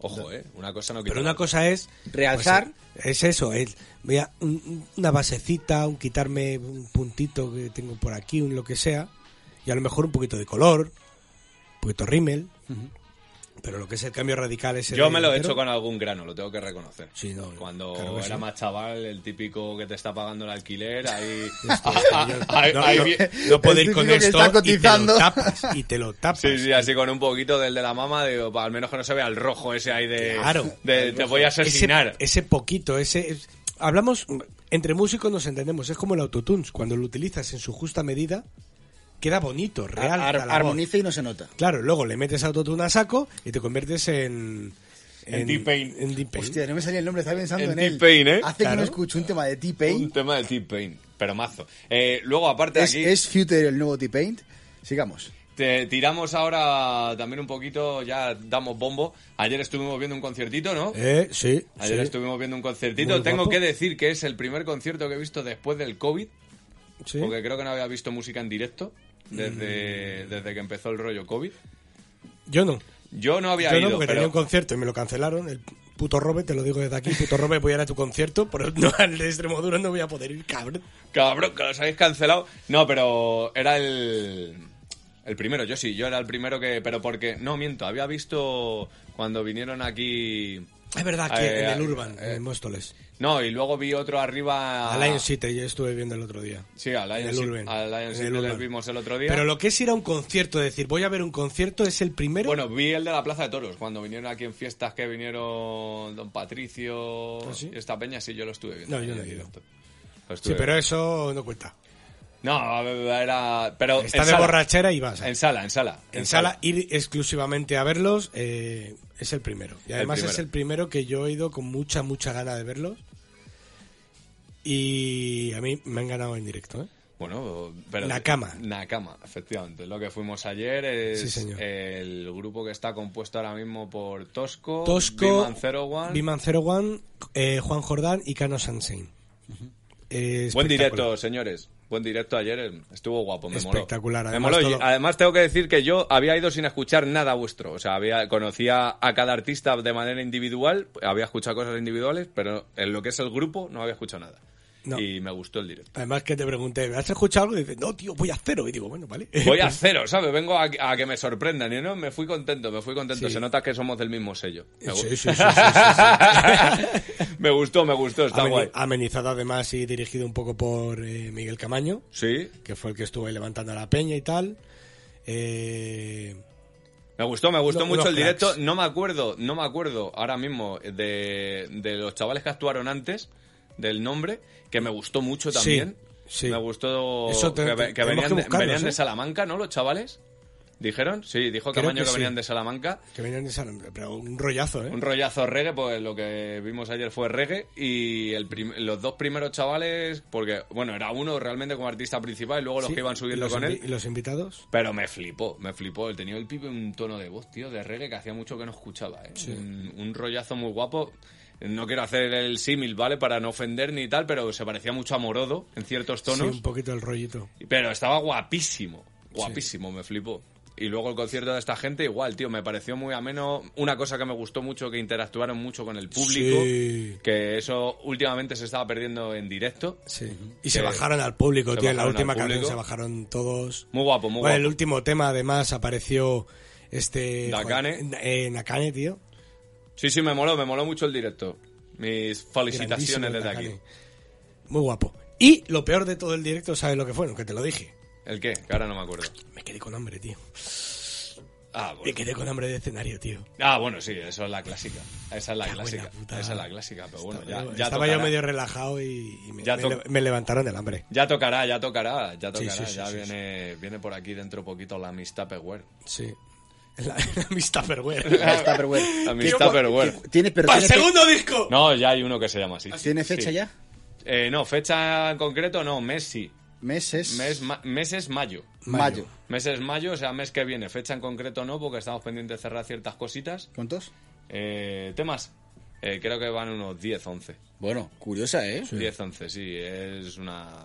Ojo, eh. Una cosa no quita Pero una la otra. cosa es Realzar. pues, es eso, es mira, un- un- una basecita, un quitarme un puntito que tengo por aquí, un lo que sea, y a lo mejor un poquito de color, un poquito rímel. Pero lo que es el cambio radical es Yo me lo he hecho con algún grano, lo tengo que reconocer. Sí, no, Cuando claro que era sí. más chaval, el típico que te está pagando el alquiler, ahí... Ahí- Este, No, ahí no, vi- no puedo ir típico con que esto está y te lo cotizando. tapas. Y te lo tapas. Sí, sí, así con un poquito del de la mama, digo, pa- al menos que no se vea el rojo ese ahí de... Claro. de te voy a ese, asesinar. ese poquito, ese... es- hablamos, entre músicos nos entendemos, es como el autotunes, cuando lo utilizas en su justa medida, queda bonito, real. Ar- a la armoniza y no se nota. voz. Claro, luego le metes autotune a saco y te conviertes en... En T-Pain. en T-Pain. Hostia, no me salía el nombre, estaba pensando En en, él. T-Pain, ¿eh? Hace que Claro. no escucho un tema de Un T-Pain. tema de T-Pain, pero mazo. Eh, luego, aparte de Es, aquí, es Future el nuevo T-Pain. Sigamos. te tiramos ahora también un poquito, ya damos bombo. Ayer estuvimos viendo un conciertito, ¿no? Eh, sí. Ayer sí, estuvimos viendo un conciertito. Muy Tengo guapo. que decir que es el primer concierto que he visto después del COVID, sí. porque creo que no había visto música en directo Mm. desde, desde que empezó el rollo COVID. Yo no. Yo no había Yo no, ido, porque tenía pero un concierto y me lo cancelaron. El puto Robert, te lo digo desde aquí, puto Robert, voy a ir a tu concierto, pero no, al de Extremoduro no voy a poder ir, cabrón. cabrón, que los habéis cancelado. No, pero era el el primero, yo sí, yo era el primero que pero porque no miento, había visto cuando vinieron aquí Es verdad que Eh, en el eh, Urban, eh. en Móstoles. No, y luego vi otro arriba A Lion City, yo estuve viendo el otro día. Ah. Sí, a En Lion el City, Urban. a Lion En City el les Urban. vimos el otro día. Pero lo que es ir a un concierto, decir, voy a ver un concierto, es el primero. Bueno, vi el de la Plaza de Toros, cuando vinieron aquí en fiestas que vinieron Don Patricio ¿Ah, sí? y esta peña, sí, yo lo estuve viendo. No, yo no en he ido. directo. Lo sí, estuve pero viendo. eso no cuenta. No, era... Pero Está en de sala. borrachera y vas. En sala, en sala. En sala, ir exclusivamente a verlos eh, es el primero. Y además es primero. el primero que yo he ido con mucha, mucha gana de verlos. Y a mí me han ganado en directo, ¿eh? Bueno, pero... Nakama. Nakama, efectivamente. Lo que fuimos ayer es Sí, señor. el grupo que está compuesto ahora mismo por Tosco, Tosco, Biman Zero One. Biman Zero One, eh, Juan Jordán y Cano Sansein. Eh, Buen espectacular. directo, señores. Buen directo ayer, eh, estuvo guapo, me moló. Espectacular, Me además moló. Y todo- además tengo que decir que yo había ido sin escuchar nada vuestro, o sea, había conocía a cada artista de manera individual, había escuchado cosas individuales, pero en lo que es el grupo no había escuchado nada. No. Y me gustó el directo. Además que te pregunté, ¿me has escuchado algo? Y dices, no, tío, voy a cero. Y digo, bueno, vale. Voy a cero, ¿sabes? Vengo a, a que me sorprendan. Y no, me fui contento, me fui contento. Sí. Se nota que somos del mismo sello. Me, gu- Sí, sí, sí, sí, sí, sí. me gustó, me gustó, está Ameni- guay. Amenizado además y dirigido un poco por eh, Miguel Camaño, Sí, que fue el que estuvo ahí levantando a la peña y tal. Eh, Me gustó, me gustó Uno- mucho unos el directo. cracks. No me acuerdo, no me acuerdo ahora mismo de, de los chavales que actuaron antes, del nombre, que me gustó mucho Sí, también. sí. Me gustó Eso te- que, ve- te- que tenemos venían, que de- buscarlos, venían de ¿eh? Salamanca, ¿no? Los chavales. ¿Dijeron? Sí, dijo Creo Camaño que, que sí. venían de Salamanca. que venían de San... Pero un rollazo, ¿eh? Un rollazo reggae, pues lo que vimos ayer fue reggae. Y el prim- los dos primeros chavales, porque, bueno, era uno realmente como artista principal y luego los Sí, que iban subiendo los con invi- él. ¿Y los invitados? Pero me flipó, me flipó. El tenía el pibe un tono de voz, tío, de reggae que hacía mucho que no escuchaba, ¿eh? Un, un rollazo muy guapo. No quiero hacer el símil, ¿vale? Para no ofender ni tal, pero se parecía mucho a Morodo en ciertos Sí, tonos. un poquito el rollito. Pero estaba guapísimo, guapísimo, me flipó. Y luego el concierto de esta gente, igual, tío, me pareció muy ameno. Una cosa que me gustó mucho, que interactuaron mucho con el público, Sí. que eso últimamente se estaba perdiendo en directo. Sí. Y se Que- bajaron al público, se tío. En la bajaron al última canción público. se bajaron todos. Muy guapo, muy Bueno, el guapo. último tema, además, apareció este. Nakane. joder, eh, Nakane, tío. Sí, sí, me moló, me moló mucho el directo. Mis Grandísimo felicitaciones desde Nakane. aquí. Muy guapo. Y lo peor de todo el directo, ¿sabes lo que fue? No, que te lo dije. ¿El qué? Que ahora no me acuerdo. Me quedé con hambre, tío. Ah, Me bueno. quedé con hambre de escenario, tío. Ah, bueno, sí, eso es la clásica. Esa es la Qué clásica. buena puta. Esa es la clásica, pero bueno, ya, Estaba, ya estaba tocará. yo medio relajado y, y me, Ya me to- le- me levantaron del hambre. Ya tocará, ya tocará, ya Sí, tocará. sí, sí, ya sí, viene, viene por aquí dentro poquito la amistad Tupperware. Sí. La, la amistad perwer. Ah, Está, pero bueno. La Tío, Miss pa- Tupperware. Tiene, pero ¡Para el tiene fe- segundo disco! No, ya hay uno que se llama así. ¿Ah, ¿Tiene fecha Ah, Sí. ya? Eh, no, fecha en concreto no, mes sí. Meses. Mes, ma- meses mayo. mayo. Meses mayo, o sea, mes que viene. Fecha en concreto no, porque estamos pendientes de cerrar ciertas cositas. ¿Cuántos? Eh, temas, eh, creo que van unos 10, 11. Bueno, curiosa, ¿eh? 10, 11, sí, es una,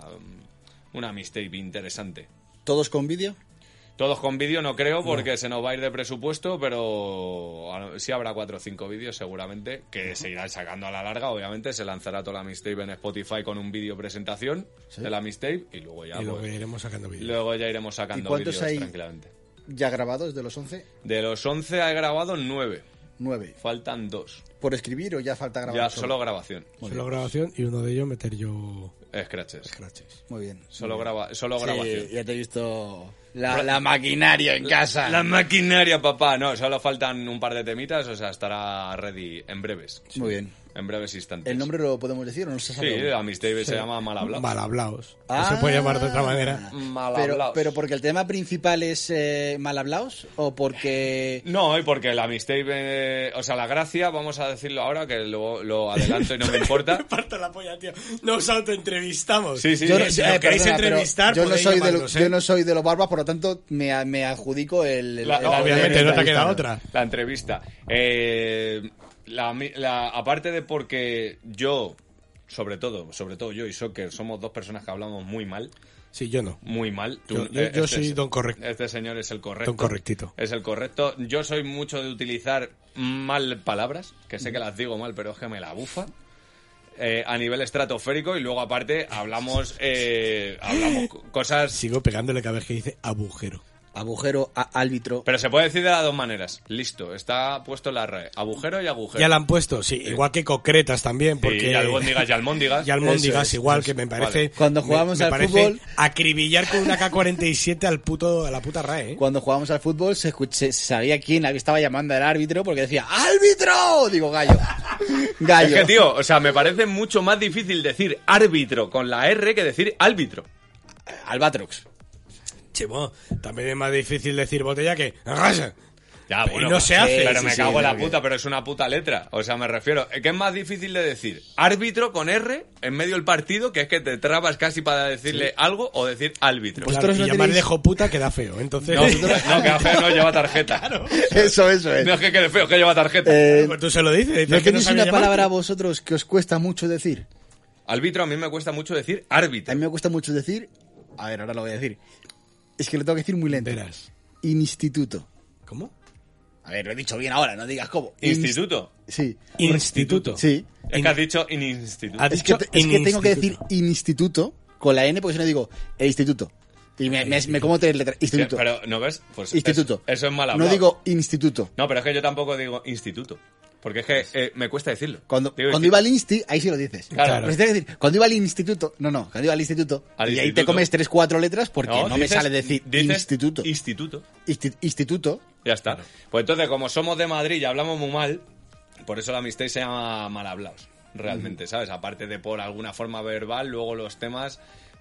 una mistake interesante. ¿Todos con vídeo? Todos con vídeo no creo porque se nos va a ir de presupuesto, pero a- sí habrá cuatro o cinco vídeos seguramente que se irán sacando a la larga. Obviamente se lanzará toda la mixtape en Spotify con un vídeo presentación de la mixtape y luego ya, Y luego pues, iremos sacando vídeos. luego ya iremos sacando cuántos vídeos hay? tranquilamente. Ya grabados de los 11, De los 11 he grabado 9, 9. faltan dos. ¿Por escribir o ya falta grabar? Ya solo grabación, Solo grabación y uno de ellos meter yo scratches. scratches. Muy bien. Solo, graba, solo Sí, grabación. ya te he visto la, la maquinaria en casa. La maquinaria, papá. No, solo faltan un par de temitas, o sea, estará ready en breves. Muy bien. En breves instantes. ¿El nombre lo podemos decir o no Sí, se sabe? la Miss Davis se llama Mal Hablado. Malhablaos. No Ah. se puede llamar de otra manera. Mal pero, Hablaos. pero porque el tema principal es eh, mal hablaos o porque... No, y porque la mistake, o sea, la gracia, vamos a decirlo ahora, que lo, lo adelanto y no me importa. Me parto la polla, tío. Nos autoentrevistamos. Sí, sí, Yo sí. no- si nos eh, queréis perdona, pero entrevistar, yo no, podéis soy de lo- llamarnos, ¿eh? yo no soy de los barbas, por lo tanto me, me adjudico el... el- La- el- Obviamente, el- no te el- queda otra. La entrevista. Eh, la mi- la- aparte de porque yo, sobre todo, sobre todo yo y Soccer, somos dos personas que hablamos muy mal. Sí, yo no. Muy mal. eh, Yo- yo- yo soy don correcto. Este señor es el correcto. Don correctito. Es el correcto. Yo soy mucho de utilizar mal palabras, que Mm. sé que las digo mal, pero es que me la bufa. eh, a nivel estratosférico y luego aparte hablamos eh, hablamos co- cosas Sigo pegándole cada vez que dice agujero. Agujero, a- árbitro. pero se puede decir de las dos maneras listo está puesto la RAE agujero y agujero Ya la han puesto, sí. Igual que concretas también, porque... y albóndigas y almóndigas Y almóndigas Eso es, igual, eso que me parece... Vale. Cuando me- jugamos me al parece fútbol- acribillar con una K-47 al puto, a la puta RAE, ¿eh? Cuando jugábamos al fútbol se, escuch- se sabía quién estaba llamando al árbitro porque decía ¡Árbitro! Digo, gallo. es Gallo. que tío o sea me parece mucho más difícil decir árbitro con la R que decir árbitro Albatrox. Che, bueno, también es más difícil decir botella que... "Agasa". Ya, Y bueno, no pues, se hace. Pero Sí, me sí, cago en la creo que- puta, pero es una puta letra. O sea, me refiero. ¿Qué es más difícil de decir? Árbitro con R en medio del partido, que es que te trabas casi para decirle algo, o decir árbitro. Pues- Claro, Vosotros y no llamar tenéis- de joputa queda feo, entonces... no, no, que feo no lleva tarjeta. Eso, eso es. No es que quede feo, que lleva tarjeta. Eh, Tú se lo dices, dices ¿No que no tenéis sabe una llamar. palabra a vosotros que os cuesta mucho decir? Árbitro a mí me cuesta mucho decir A árbitro. mí me cuesta mucho decir... A ver, ahora lo voy a decir. Es que lo tengo que decir muy lento. Verás. Instituto. ¿Cómo? A ver, lo he dicho bien ahora, no digas cómo. Instituto. Inst- Sí. Instituto. Sí. Es que has dicho in instituto. Ha Es que, dicho te- es que tengo que decir instituto. instituto con la N porque si no digo el instituto. Y me, me, me como tres letras. Ya, Instituto. Pero, ¿no ves? Pues instituto. Eso, eso es mal No hablado. digo instituto. No, pero es que yo tampoco digo instituto. Porque es que eh, me cuesta decirlo. Pues Cuando, Digo cuando iba al insti, ahí sí lo dices. Claro. Pero si tengo que decir, cuando iba al instituto, no, no, cuando iba al instituto, Al y ahí te instituto. comes tres, cuatro letras porque no, me dices- sale decir dices instituto. Instituto. Insti- instituto. Ya está. Pues entonces, como somos de Madrid y hablamos muy mal, por eso la amistad se llama mal hablados, realmente, Mm. ¿sabes? Aparte de por alguna forma verbal, luego los temas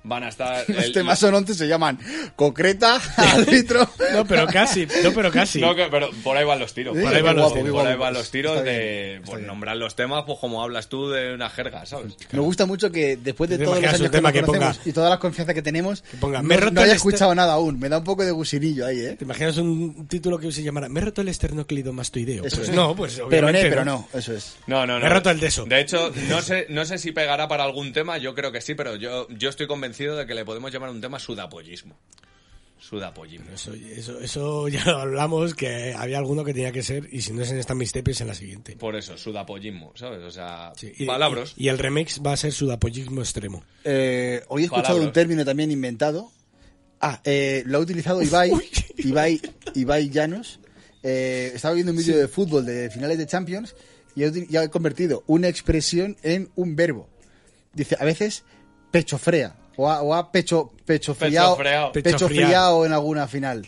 van a estar... Los el- temas son 11, se llaman concreta, árbitro. No, pero casi, no, pero casi. No, que- pero por ahí van los tiros. Sí, por ahí van qué los guapo, tiros, qué por ahí guapo, van pues, los tiros está de bien, está pues, bien. nombrar los temas pues como hablas tú de una jerga, ¿sabes? Me gusta mucho que después de Te todos los imaginas años un tema que nos que ponga- conocemos y toda la confianza que tenemos, ponga, no, me he roto no haya el este- escuchado nada aún. Me da un poco de gusinillo ahí, ¿eh? ¿Te imaginas un título que se llamara Me he roto el esternocleidomastoideo? Eso Pues es. no, pues Pero obviamente no, pero no. no, eso es. No, no, no. Me he roto el deso. De hecho, no sé, no sé si pegará para algún tema, yo creo que sí, pero yo, yo estoy convencido de que le podemos llamar un tema sudapollismo. Sudapollín. Eso, eso, eso ya lo hablamos, que había alguno que tenía que ser, y si no es en esta mixtape, es en la siguiente. Por eso, sudapollismo, ¿sabes? O sea, Sí, y- palabras. Y, y el remix va a ser sudapollismo extremo. Eh, hoy he escuchado Palabras. un término también inventado. Ah, eh, lo ha utilizado Ibai, Ibai, Ibai Llanos. Eh, estaba viendo un vídeo de fútbol de finales de Champions y ha util- y ha convertido una expresión en un verbo. Dice, a veces, pechofrea. O ha, o ha pecho, pechofriao, Pechofreao. pechofriao en alguna final.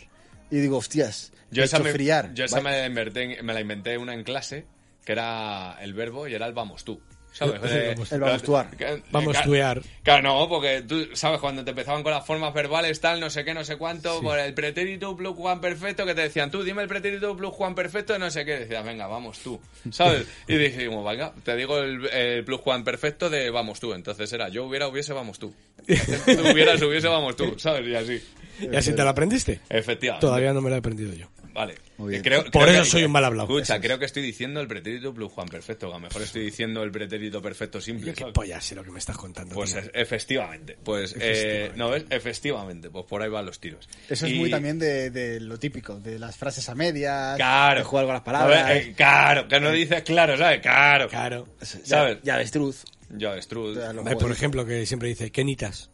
Y digo, hostias, Yo esa, me, pechofriar. yo esa Vale. me, la inventé, me la inventé una en clase, que era el verbo y era el vamos tú. ¿Sabes? El Eh, vamos- el vamos tuar. que- Vamos eh. que- tuear. Claro, no, porque tú sabes, cuando te empezaban con las formas verbales, tal, no sé qué, no sé cuánto, por el pretérito plus Juan perfecto, que te decían, tú dime el pretérito plus Juan perfecto, no sé qué, decías, venga, vamos tú, ¿sabes? Y dijimos, venga, te digo el, el plus Juan perfecto de vamos tú, entonces era yo hubiera, hubiese, vamos tú. Tú hubieras, hubiese, vamos tú, ¿sabes? Y así. ¿Y así te la aprendiste? Eh, Efectivamente. Todavía no me lo he aprendido yo. Vale. Muy bien. Creo- Por creo eso que- soy un mal hablado. Eso Escucha, es. creo que estoy diciendo el pretérito plus Juan perfecto, que a lo mejor estoy diciendo el pretérito perfecto simple. Yo qué ¿sabes? polla Pues sé lo que me estás contando. Pues tío. es- efectivamente. Pues, eh, ¿no ves? Efectivamente. Pues por ahí van los tiros. Eso es Y- muy también de, de lo típico, de las frases a medias, Claro. de jugar con las A palabras, ver, eh, claro, que no dices claro, ¿sabes? Claro. Claro. ¿Sabes? ya avestruz. Yo, Strud. Ya lo- Hombre, por ejemplo, que siempre dice, ¿qué nitas?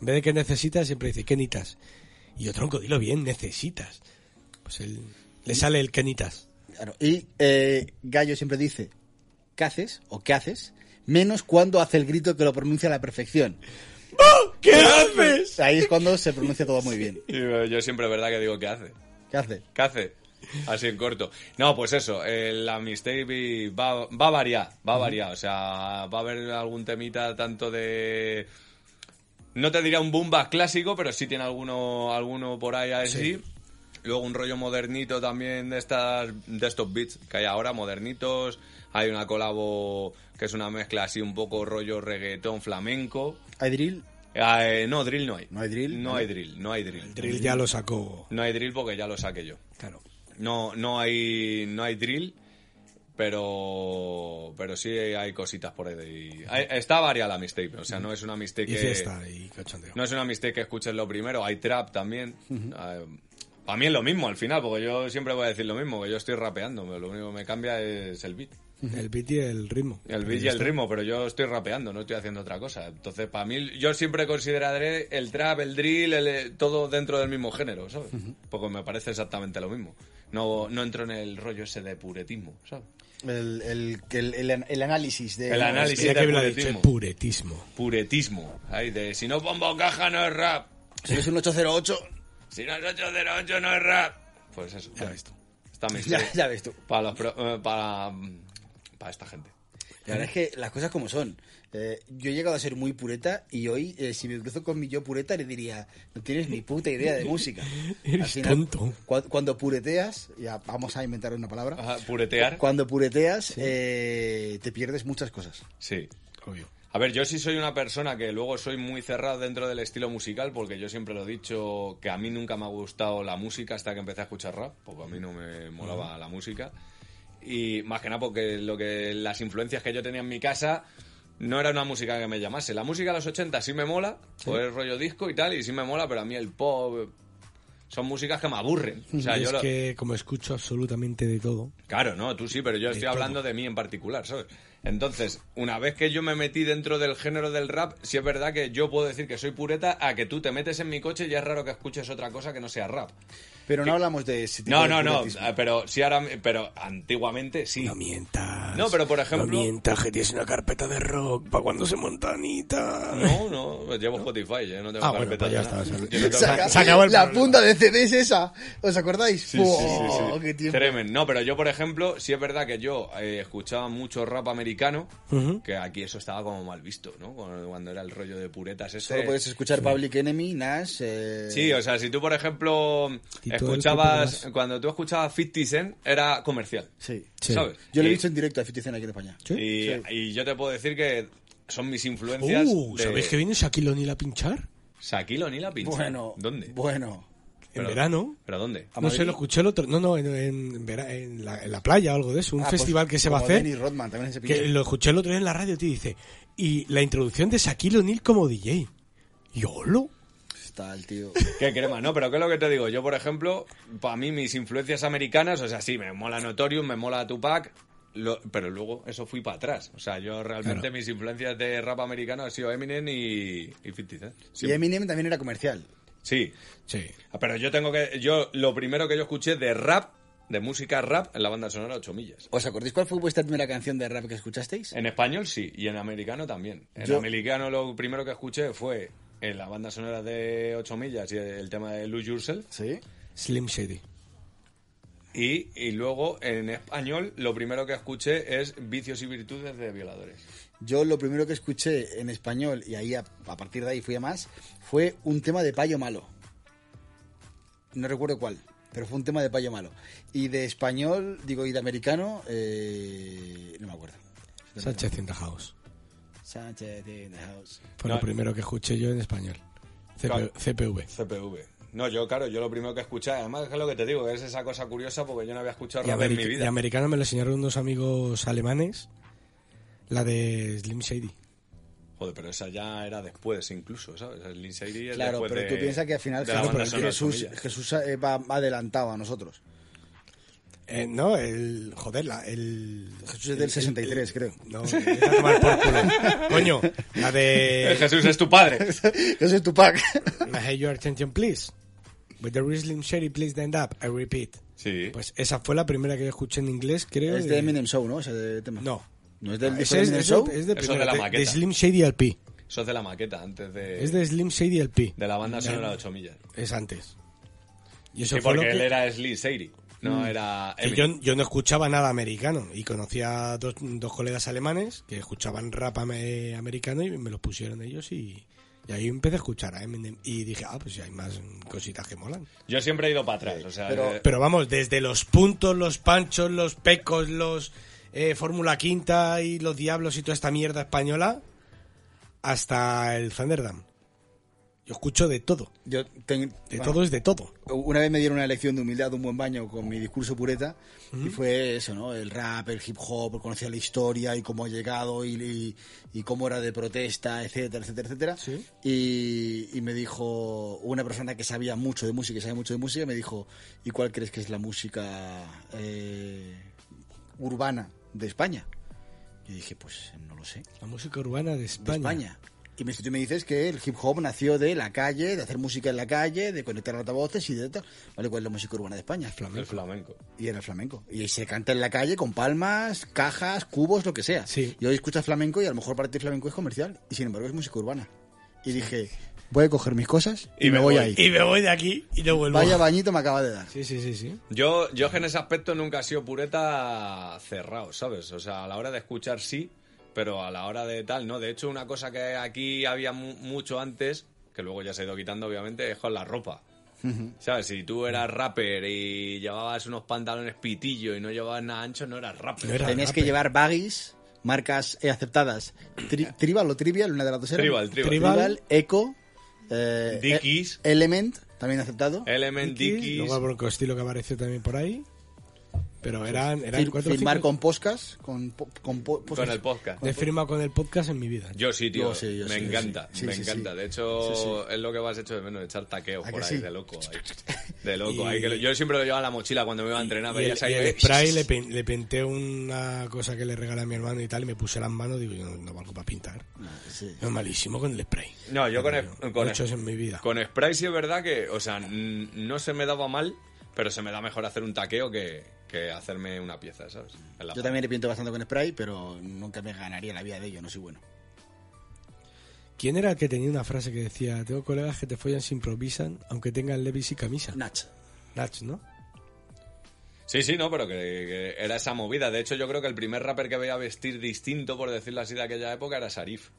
En vez de que necesitas, siempre dice, ¿qué nitas? Y yo, tronco, dilo bien, necesitas. Pues él, le sale el quenitas. Claro, Y eh, Gallo siempre dice, ¿qué haces? o ¿qué haces? Menos cuando hace el grito que lo pronuncia a la perfección. ¿Qué haces? Ahí es cuando se pronuncia todo muy bien. Y, eh, yo siempre, ¿verdad? Que digo, ¿qué hace? ¿Qué haces? ¿Qué hace? Así en corto. No, pues eso, eh, la mixtape va, va a variar, va a variar. O sea, va a haber algún temita tanto de... No te diría un bomba clásico, pero sí tiene alguno, alguno por ahí así. Luego un rollo modernito también de, estas, de estos beats que hay ahora, modernitos. Hay una colabo que es una mezcla así un poco rollo reggaetón flamenco. ¿Hay drill? Eh, no, drill no hay. ¿No hay drill? No hay drill, no hay drill. El drill ya lo sacó. No hay drill porque ya lo saqué yo. Claro. No, no hay, no hay drill, pero, pero sí hay cositas por ahí. de- hay- está variada la mixtape, o sea, no es una mixtape Y que, fiesta y cachondeo. no es una mixtape que escuches lo primero. Hay trap también. Eh, Para mí es lo mismo al final, porque yo siempre voy a decir lo mismo, que yo estoy rapeando, pero lo único que me cambia es el beat. El beat y el ritmo. El beat y el ritmo, pero yo estoy rapeando, no estoy haciendo otra cosa. Entonces, para mí, yo siempre consideraré el trap, el drill, el- eh, todo dentro del mismo género, ¿sabes? Porque me parece exactamente lo mismo. No, no entro en el rollo ese de puretismo, ¿sabes? El, el, el, el- el análisis de... El análisis. Mira que de bien lo ha dicho, puretismo. el puretismo. Puretismo. Ahí de, si no pongo caja no es rap. Si es un 808, Si no es 808 no es rap. Pues eso. Ya ves tú. Está mi ya, ya ves tú. Para, los pro- eh, para, para esta gente. La verdad es que las cosas como son. Eh, yo he llegado a ser muy pureta y hoy, eh, si me cruzo con mi yo pureta, le diría, no tienes ni puta idea de música. Eres tonto. cua- cuando pureteas, ya vamos a inventar una palabra, Ajá, Puretear. cuando pureteas eh, te pierdes muchas cosas. Sí. Obvio. A ver, yo sí soy una persona que luego soy muy cerrado dentro del estilo musical, porque yo siempre lo he dicho que a mí nunca me ha gustado la música hasta que empecé a escuchar rap, porque a mí no me molaba la música. Y más que nada porque lo que las influencias que yo tenía en mi casa no era una música que me llamase. La música de los 80 sí me mola, pues es rollo disco y tal, y sí me mola, pero a mí el pop eh, son músicas que me aburren. O sea, Y yo es lo- que como escucho absolutamente de todo, Claro, no, tú sí, pero yo estoy todo. hablando de mí en particular, ¿sabes? Entonces, una vez que yo me metí dentro del género del rap, sí es verdad que yo puedo decir que soy pureta a que tú te metes en mi coche y ya es raro que escuches otra cosa que no sea rap. Pero no hablamos de ese tipo No, de no, no, puretismo. ah, pero sí ahora, pero antiguamente sí. no mientas. No, pero por ejemplo- No mientas que tienes una carpeta de rock para cuando se montanita. No, no, pues llevo Spotify, ¿eh? no tengo Ah, bueno, carpeta pues ya de nada. está, sal- Yo no tengo Se carpeta. acaba- se acabó el la problema. punta de CD es esa, ¿os acordáis? Sí, sí, sí, sí. ¡Oh, qué tiempo! Tremendo. No, pero yo, por ejemplo, sí es verdad que yo eh, escuchaba mucho rap americano, que aquí eso estaba como mal visto, ¿no? Cuando cuando era el rollo de puretas ese. Solo puedes escuchar Public Enemy, Nash... eh, Sí, o sea, si tú, por ejemplo, Y todo el escuchabas, tipo de cuando tú escuchabas 50 Cent, era comercial, sí. Sí. ¿sabes? Yo lo he Y- visto en directo a 50 Cent aquí en España. ¿Sí? Y, Sí. y yo te puedo decir que son mis influencias Uh, de ¿sabéis que viene Shaquille O'Neal a pinchar? Shaquille O'Neal a pinchar. Bueno. ¿Dónde? Bueno. En Pero- verano. ¿Pero dónde? A No sé, Madrid. lo escuché el otro. No, no, en, en vera- en la, en la playa o algo de eso. Un Ah, pues, festival que se va a como hacer. Dennis Rodman también se Que pincha. lo escuché el otro día en la radio, tío. Dice. Y la introducción de Shaquille O'Neal como DJ. Y holo. tal, tío. Qué crema, no, pero ¿qué es lo que te digo? Yo, por ejemplo, para mí mis influencias americanas, o sea, sí, me mola Notorium, me mola Tupac, lo- pero luego eso fui para atrás. O sea, yo realmente Claro. mis influencias de rap americano han sido Eminem y, y 50 Cent. Y Eminem también era comercial. Sí, Sí. Ah, pero yo tengo que... Yo, lo primero que yo escuché de rap, de música rap, en la banda sonora 8 millas. ¿Os acordáis cuál fue vuestra primera canción de rap que escuchasteis? En español sí, y en americano también. En Yo- americano lo primero que escuché fue en la banda sonora de 8 millas y el tema de Lose Yourself. Sí. Slim Shady. Y, y luego en español lo primero que escuché es Vicios y Virtudes de Violadores. Yo lo primero que escuché en español, y ahí a, a partir de ahí fui a más, fue un tema de Payo Malo. No recuerdo cuál, pero fue un tema de Payo Malo. Y de español, digo, y de americano, eh, no me acuerdo. Sánchez in the House. Sánchez in the house. Fue No, eh. lo primero que escuché yo en español. CP Claro. CPV. CPV. No, yo, claro, yo lo primero que escuché, además es lo que te digo, es esa cosa curiosa porque yo no había escuchado Y, rap en mi americ- vida. y americano me lo enseñaron unos amigos alemanes. La de Slim Shady. Joder, pero esa ya era después incluso, ¿sabes? El Lindsay Lohan es Claro, después pero de- tú piensas que al final de la banda Jesús, sonora Jesús, de Jesús, eh, va va adelantado a nosotros. Eh, no, el. Joder, la, el. Jesús es del 63, creo. No, me voy a tomar por culo. Coño, la Tomilla. de. Jesús es tu padre. Yo soy Tupac. My Hey Your Attention, please. With the real Slim Shady, please stand up. I repeat. Sí. Pues esa fue la primera que yo escuché en inglés, creo. es de Eminem Show, ¿no? Ese tema. No. ¿No es del Ah, disco ese de es, Eminem es Show? de, es de Eso primero, de la de- de maqueta. Slim Shady LP. Eso es de la maqueta, antes de, Es de Slim Shady LP. de la banda sonora de 8 millas. Es antes. Y Sí, eso fue lo porque que, Mm. él era Slim Shady, no era... que Eminem. Eh, yo, yo no escuchaba nada americano. Y conocía a dos, dos colegas alemanes que escuchaban rap ame- americano y me los pusieron ellos y, y ahí empecé a escuchar a Eminem. Y dije, ah, pues hay más cositas que molan. Yo siempre he ido para atrás, o sea... Pero- eh, Pero vamos, desde los puntos, los panchos, los pecos, los eh, Fórmula Quinta y los diablos y toda esta mierda española, hasta el Thunderdam. Yo escucho de todo. Yo tengo- De bueno, todo es de todo. Una vez me dieron una lección de humildad, un buen baño con mi discurso pureta, y fue eso, ¿no? El rap, el hip hop, conocía la historia y cómo ha llegado y, y- y cómo era de protesta, etcétera, etcétera, etcétera. Sí. Y, y me dijo una persona que sabía mucho de música, que sabe mucho de música, me dijo, ¿y cuál crees que es la música eh, urbana de España? Yo dije, pues no lo sé La música urbana de de España. España. Y me, tú me dices que el hip hop nació de la calle, de hacer música en la calle, de conectar altavoces y de tal. Vale, ¿cuál es la música urbana de España? El flamenco. Y era el flamenco. Y se canta en la calle con palmas, cajas, cubos, lo que sea. Sí. Y hoy escuchas flamenco y a lo mejor para ti flamenco es comercial. Y sin embargo es música urbana. Y dije, voy a coger mis cosas y, me voy, ahí. Y me voy de aquí y no vuelvo. Vaya bañito me acaba de dar. Sí, sí, sí, sí. Yo, yo es que en ese aspecto nunca he sido pureta cerrado, ¿sabes? O sea, a la hora de escuchar sí, pero a la hora de tal, ¿no? De hecho, una cosa que aquí había mu- mucho antes, que luego ya se ha ido quitando, obviamente, es con la ropa. ¿Sabes? Si tú eras rapper y llevabas unos pantalones pitillo y no llevabas nada ancho, no eras rapper. No era- Tenías que rapper. llevar baggies, marcas eh, aceptadas. Tri- tribal o Trivial, una de las dos eran. Tribal, tribal. Tribal. Echo, eh, Dickies. E- Element, también aceptado. Element Dickies. Luego el Bronco Estilo que apareció también por ahí. Pero eran, eran Pues Fir- cuatro o firmar cinco- con podcast, con, po- con po- Con el podcast. De firma con el podcast en mi vida. Yo sí, tío. Yo sí, yo me sí, yo encanta, sí. Sí, me sí, encanta. sí. De hecho, Sí, es lo que vas hecho de menos, echar taqueo ¿A por que ahí, sí? de loco. ahí. De loco. Y- ahí, que lo- yo siempre lo llevaba en la mochila cuando me iba a entrenar. y el, veías ahí, y el eh, spray le, pin- le pinté una cosa que le regalé a mi hermano y tal, y me puse las manos, digo, yo no, no valgo para pintar. Sí. Es malísimo con el spray. No, yo con, el- Pero con, lo he hecho en mi vida. con spray sí es verdad que, o sea, n- no se me daba mal, pero se me da mejor hacer un taqueo que, que hacerme una pieza, ¿sabes? En la- Yo también le pinto bastante con spray, pero nunca me ganaría la vida de ello, no soy bueno. ¿Quién era el que tenía una frase que decía, tengo colegas que te follan si improvisan, aunque tengan levis y camisa? Nach. Nach, ¿no? Sí, sí, no, pero que, que era esa movida. De hecho, yo creo que el primer rapper que veía vestir distinto, por decirlo así, de aquella época era Sarif,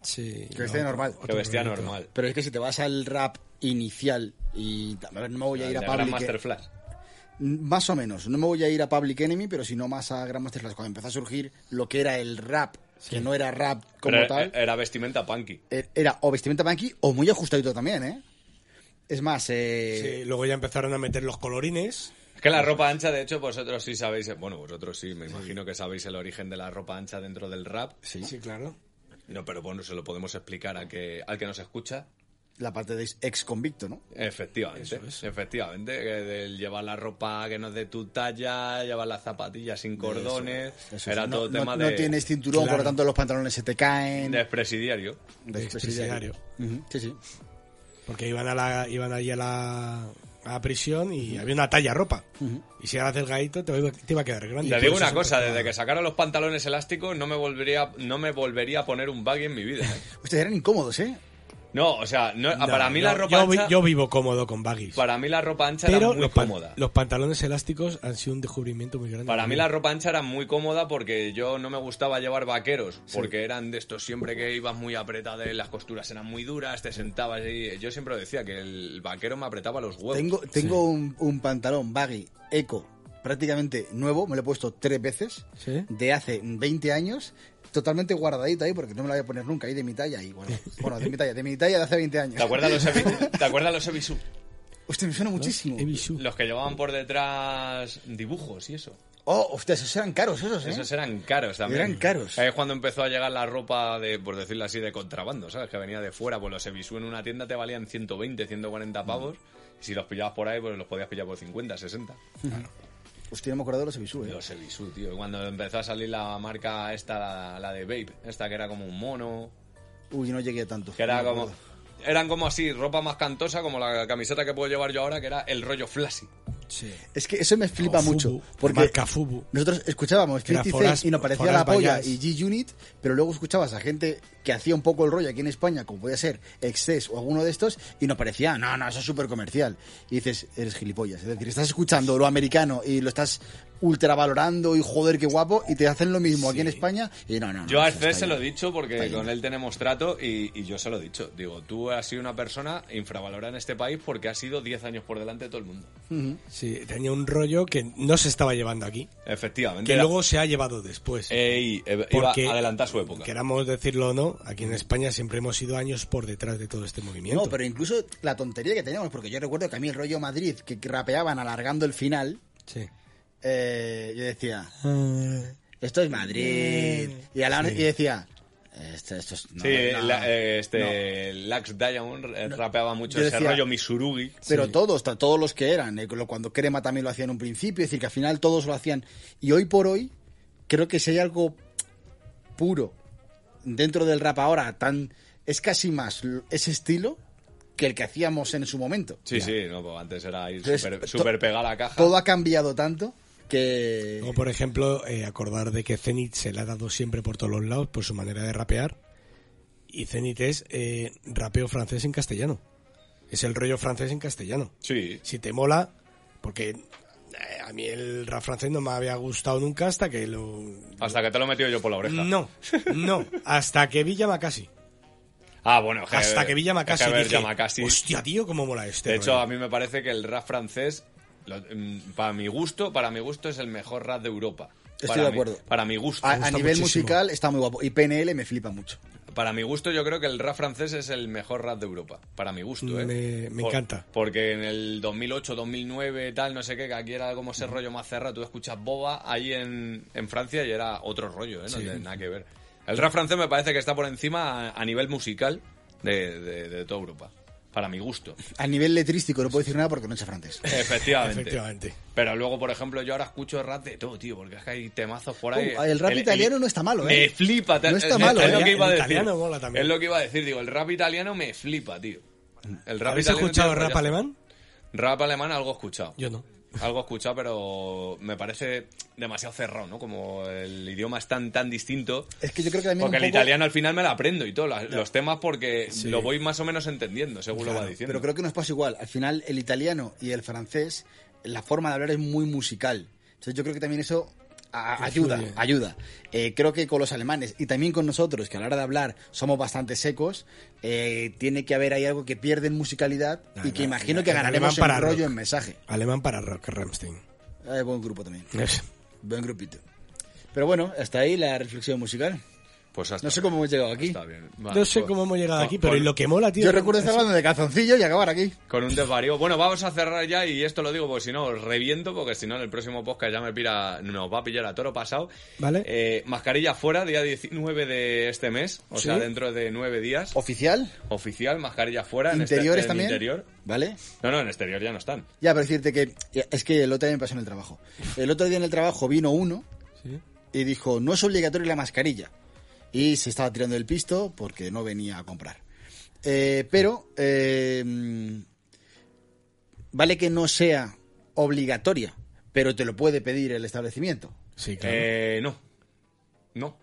Sí. Que vestía normal. que otro vestía rolito. normal. Pero es que si te vas al rap inicial y a ver, no me voy a ir a La gran Public Master Flash. más o menos, no me voy a ir a Public Enemy, pero si no más a Grand Master Flash cuando empezó a surgir lo que era el rap, que no era rap como Pero eh, tal. Era vestimenta punky. er- Era o vestimenta punky o muy ajustadito también, ¿eh? Es más, eh, Sí, luego ya empezaron a meter los colorines. Es que la ropa ancha, de hecho, vosotros sí sabéis, bueno, vosotros sí, me imagino que sabéis el origen de la ropa ancha dentro del rap. Sí, claro. No, pero bueno, se lo podemos explicar al que, al que nos escucha. la parte de ex convicto, ¿no? Efectivamente, efectivamente. que del llevar la ropa que no es de tu talla, llevar las zapatillas sin cordones. Eso era es, todo no, no- tema no de, tienes cinturón, por Claro. lo tanto los pantalones se te caen. de presidiario. de expresidiario. Ujú, Sí, sí. Porque iban, a la, iban allí a la, a la prisión y había una talla ropa. Y si eras delgadito, te iba, te iba a quedar grande. Te Por digo eso una siempre cosa, estaba- desde que sacaron los pantalones elásticos no me volvería, no me volvería a poner un baggy en mi vida. ¿eh? Ustedes eran incómodos, ¿eh? No, o sea, no- No, para mí la yo- ropa yo, vi- ancha, yo vivo cómodo con baggies. para mí la ropa ancha pero era muy los, pan- cómoda. los pantalones elásticos han sido un descubrimiento muy grande. Para mí también. la ropa ancha era muy cómoda porque yo no me gustaba llevar vaqueros, porque eran de estos siempre que ibas muy apretada, las costuras eran muy duras, te sentabas y yo siempre decía que el vaquero me apretaba los huevos. Tengo, tengo un, un pantalón baggy eco prácticamente nuevo, me lo he puesto tres veces, ¿Sí? de hace 20 años, totalmente guardadito ahí porque no me lo voy a poner nunca, ahí de mi talla. Y bueno, bueno, de mi talla, de mi talla de hace 20 años. ¿Te acuerdas los Evi- ¿Te acuerdas los Evisu? Hostia, me suena muchísimo. He visto. Los que llevaban por detrás dibujos y eso. Oh, hostia, esos eran caros, esos, ¿eh? Esos eran caros también. Eran caros. Ahí es cuando empezó a llegar la ropa de, por decirlo así, de contrabando, ¿sabes? Que venía de fuera, pues los Evisu en una tienda te valían 120, 140 pavos. Mm. Y si los pillabas por ahí, pues los podías pillar por 50, 60. Hostia, no me acuerdo de los Ebisu, ¿eh? Los Evisu, tío. Cuando empezó a salir la marca esta, la, la de Babe, esta que era como un mono, Uy, no llegué a tanto. que era No me como... acuerdo. Eran como así, ropa más cantosa, como la camiseta que puedo llevar yo ahora, que era el rollo flashy. Ah, Sí. Es que eso me flipa O Fubu, mucho. la Porque marca Fubu. Nosotros escuchábamos Que era 50 Foras- Cent y nos parecía Foras la polla Vallas. y G-Unit, pero luego escuchabas a gente que hacía un poco el rollo aquí en España, como podía ser Excess o alguno de estos, y nos parecía, no, no, eso es súper comercial. Y dices, eres gilipollas. Es decir, estás escuchando lo americano y lo estás ultravalorando y joder, qué guapo, y te hacen lo mismo aquí en España, y no, no. no, Yo a eso está Cés se bien. lo he dicho porque Está con bien. él tenemos trato y, y yo se lo he dicho. Digo, tú has sido una persona infravalorada en este país porque has sido 10 años por delante de todo el mundo. Sí, tenía un rollo que no se estaba llevando aquí. Efectivamente. Que era- luego se ha llevado después. Ey, eh, iba porque a adelantar su época. Queramos decirlo o no, aquí en España siempre hemos ido años por detrás de todo este movimiento. No, pero incluso la tontería que teníamos, porque yo recuerdo que a mí el rollo Madrid, que rapeaban alargando el final, Sí. eh, yo decía, esto es Madrid. Y, a la- y decía, esto, esto es. no, Sí, no, la- no. eh, este Lax Diamond eh, rapeaba mucho Yo ese decía- rollo Misurugi. Pero todos, ta- todos los que eran, eh, lo- cuando Crema también lo hacía en un principio, es decir, que al final todos lo hacían. Y hoy por hoy, creo que si hay algo puro dentro del rap ahora, tan es casi más l- ese estilo que el que hacíamos en su momento. Sí, sí, no, pues antes era ir Entonces, súper to- súper pegada a la caja. Todo ha cambiado tanto que. Como por ejemplo, eh, acordar de que Zenith se le ha dado siempre por todos los lados por su manera de rapear. Y Zenith es eh, rapeo francés en castellano. Es el rollo francés en castellano. Sí, Si te mola, porque eh, a mí el rap francés no me había gustado nunca hasta que lo... hasta que te lo he metido yo por la oreja. No, no, hasta que vi Yamakasi. Ah, bueno, es Hasta que vi es Yamakasi que ver dije, Yamakasi- hostia tío, cómo mola este De hecho, rollo". a mí me parece que el rap francés, lo- mm, para mi gusto, para mi gusto es el mejor rap de Europa. Estoy Para de mi- acuerdo. para mi gusto. A, a gusta nivel muchísimo. musical está muy guapo. Y PNL me flipa mucho. Para mi gusto, yo creo que el rap francés es el mejor rap de Europa. Para mi gusto, ¿eh? Me- me encanta. Porque en el 2008, 2009, tal, no sé qué, que aquí era como ese rollo más cerrado. Tú escuchas Boba ahí en, en Francia y era otro rollo, ¿eh? No tiene nada que ver. El rap francés me parece que está por encima a, a nivel musical de, de- de toda Europa. Para mi gusto. A nivel letrístico no puedo decir nada porque no sé francés. Efectivamente. Efectivamente. Pero luego, por ejemplo, yo ahora escucho rap de todo, tío, porque es que hay temazos por ahí. Uh, el rap italiano no está malo, Me ¿eh? flipa. te- No está es- malo, es lo ¿eh? que iba a El decir. italiano mola también. Es lo que iba a decir, digo, el rap italiano me flipa, tío. El rap ¿Habéis italiano, escuchado tío, rap vaya- alemán? Rap alemán algo he escuchado. Yo no. Algo he escuchado, pero me parece demasiado cerrado, ¿no? Como el idioma es tan, tan distinto. Es que yo creo que también Porque un el poco- italiano al final me lo aprendo y todo, la- los temas porque lo voy más o menos entendiendo, según lo va diciendo. Pero creo que nos pasa igual. Al final, el italiano y el francés, la forma de hablar es muy musical. Entonces, yo creo que también eso Influye. a- ayuda, ayuda. Eh, creo que con los alemanes y también con nosotros, que a la hora de hablar somos bastante secos, eh, tiene que haber ahí algo que pierden musicalidad Ah, y que no, imagino no, que el ganaremos alemán para en rollo, rock. en mensaje. Alemán para rock, Rammstein. Eh, buen grupo también. Es- Buen grupito. Pero bueno, hasta ahí la reflexión musical. Pues hasta No sé cómo hemos llegado aquí. Está bien. Vale, No sé pues- cómo hemos llegado aquí, pero Con- y lo que mola, tío. Yo recuerdo estar hablando de calzoncillos y acabar aquí. Con un desvarío. Bueno, vamos a cerrar ya y esto lo digo porque si no os reviento, porque si no en el próximo podcast ya me pira, nos va a pillar a toro pasado. Vale. Eh, mascarilla fuera, día 19 de este mes, o Sí. sea, dentro de nueve días. Oficial, Oficial, mascarilla fuera. en este- interiores en también. Interior. ¿Vale? No, no, en exterior ya no están. Ya, pero decirte que es que el otro día me pasó en el trabajo. El otro día en el trabajo vino uno y dijo, no es obligatorio la mascarilla. Y se estaba tirando del pisto porque no venía a comprar. Eh, pero, eh, mm, vale que no sea obligatoria, pero te lo puede pedir el establecimiento. Sí, claro. Eh, no. No.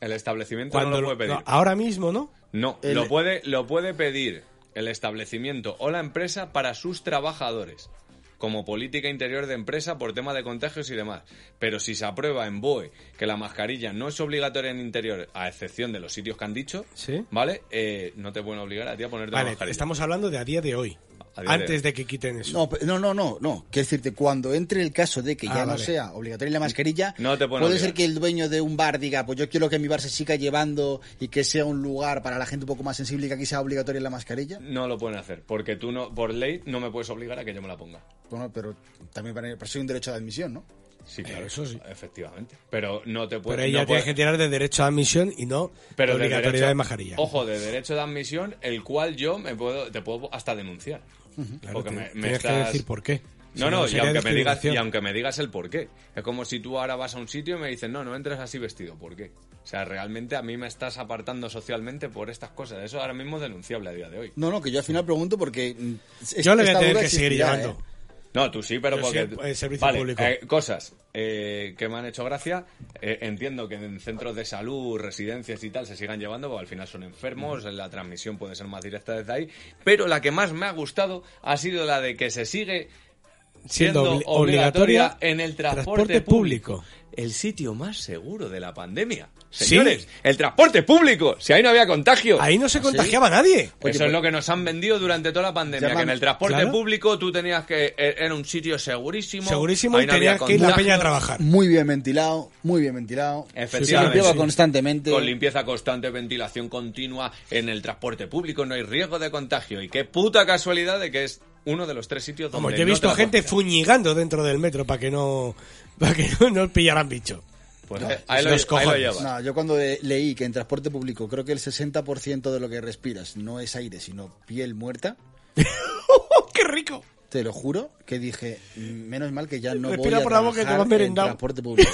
El establecimiento Cuando no lo lo- puede pedir. no, ahora mismo, ¿no? No, El- lo, puede, lo puede pedir el establecimiento o la empresa para sus trabajadores, como política interior de empresa por tema de contagios y demás. Pero si se aprueba en BOE que la mascarilla no es obligatoria en interior, a excepción de los sitios que han dicho, Sí. ¿vale? Eh, no te pueden obligar a ti a ponerte la Vale, mascarilla. estamos hablando de a día de hoy. A día de antes hoy. de, que quiten eso. No, pe- no, no, no, no. Quiero decirte, cuando entre el caso de que ya Ah, no vale. sea obligatoria la mascarilla, No te pueden puede obligar. ser que el dueño de un bar diga, pues yo quiero que mi bar se siga llevando y que sea un lugar para la gente un poco más sensible y que aquí sea obligatoria la mascarilla. No lo pueden hacer, porque tú no, por ley, no me puedes obligar a que yo me la ponga. Bueno, pero también para, pero eso es un derecho de admisión, ¿no? Sí, claro, eso sí. Efectivamente. Pero no te puede pero ella pues, no tiene puede- que tirar de derecho a admisión y no pero de de obligatoriedad derecho- de mascarilla. Ojo, de derecho de admisión, el cual yo me puedo, te puedo hasta denunciar. Claro, porque te- me- me tienes que estás- decir por qué. Si No, no, y sería aunque, me digas, y discriminación. aunque me digas el por qué. Es como si tú ahora vas a un sitio y me dices, no, no entras así vestido, ¿por qué? O sea, realmente a mí me estás apartando socialmente por estas cosas. Eso ahora mismo es denunciable a día de hoy. No, no, que yo al final pregunto porque... mm, es- Yo le voy a esta tener duda que seguir existirá, llevando. ¿eh? No, tú sí, pero Yo porque... sí, eh, servicio Vale, público. eh, cosas eh, que me han hecho gracia. Eh, entiendo que en centros de salud, residencias y tal se sigan llevando, porque al final son enfermos, la transmisión puede ser más directa desde ahí. Pero la que más me ha gustado ha sido la de que se sigue Siendo siendo obli- obligatoria, obligatoria en el transporte, transporte público. público. El sitio más seguro de la pandemia. Señores, el transporte público. Si ahí no había contagio. Ahí no se contagiaba nadie. Oye, Eso pues- es lo que nos han vendido durante toda la pandemia, Ya que en van- el transporte Claro. público tú tenías que... e- Era un sitio segurísimo. Segurísimo ahí y no había tenía que ir la contagio. peña a trabajar. eh, Muy bien ventilado, muy bien ventilado. Se Efectivamente. limpiaba sí. constantemente. Con limpieza constante, ventilación continua en el transporte público, no hay riesgo de contagio. Y qué puta casualidad de que es uno de los tres sitios donde Vamos, yo he no visto te la gente contagian. fuñigando dentro del metro para que no para que no, no pillaran bicho. Pues, eh, ahí, lo, los ahí lo cojones. llevas. No, yo cuando eh, leí que en transporte público creo que el 60% de lo que respiras no es aire, sino piel muerta, ¡Qué rico! te lo juro, que dije, "Mm, menos mal que ya no Respira voy a por la boca que te vas trabajar en merendado". transporte público.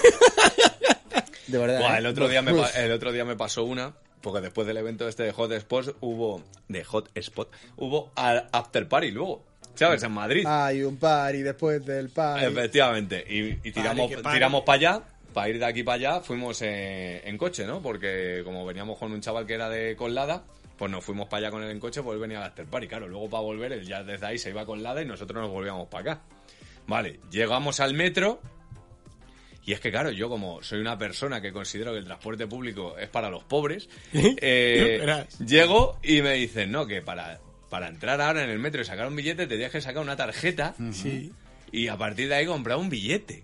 De verdad. Buah, ¿eh? el, otro día me, pa- Uf. el otro día me pasó una, porque después del evento este de Hot Spot hubo. De Hot Spot, hubo al after party luego. ¿Sabes? En Madrid. Hay un party después del Eh, party. Efectivamente. Y, y tiramos, que party. tiramos para allá. Para ir de aquí para allá fuimos eh, en coche, ¿no? Porque como veníamos con un chaval que era de Colada, pues nos fuimos para allá con él en coche, pues él venía al after party. Claro, luego para volver, él ya desde ahí se iba a Colada y nosotros nos volvíamos para acá. Vale, llegamos al metro, y es que, claro, yo como soy una persona que considero que el transporte público es para los pobres, eh, Verás. llego y me dicen, no, que para, para entrar ahora en el metro y sacar un billete te tienes que sacar una tarjeta Sí. y a partir de ahí comprar un billete.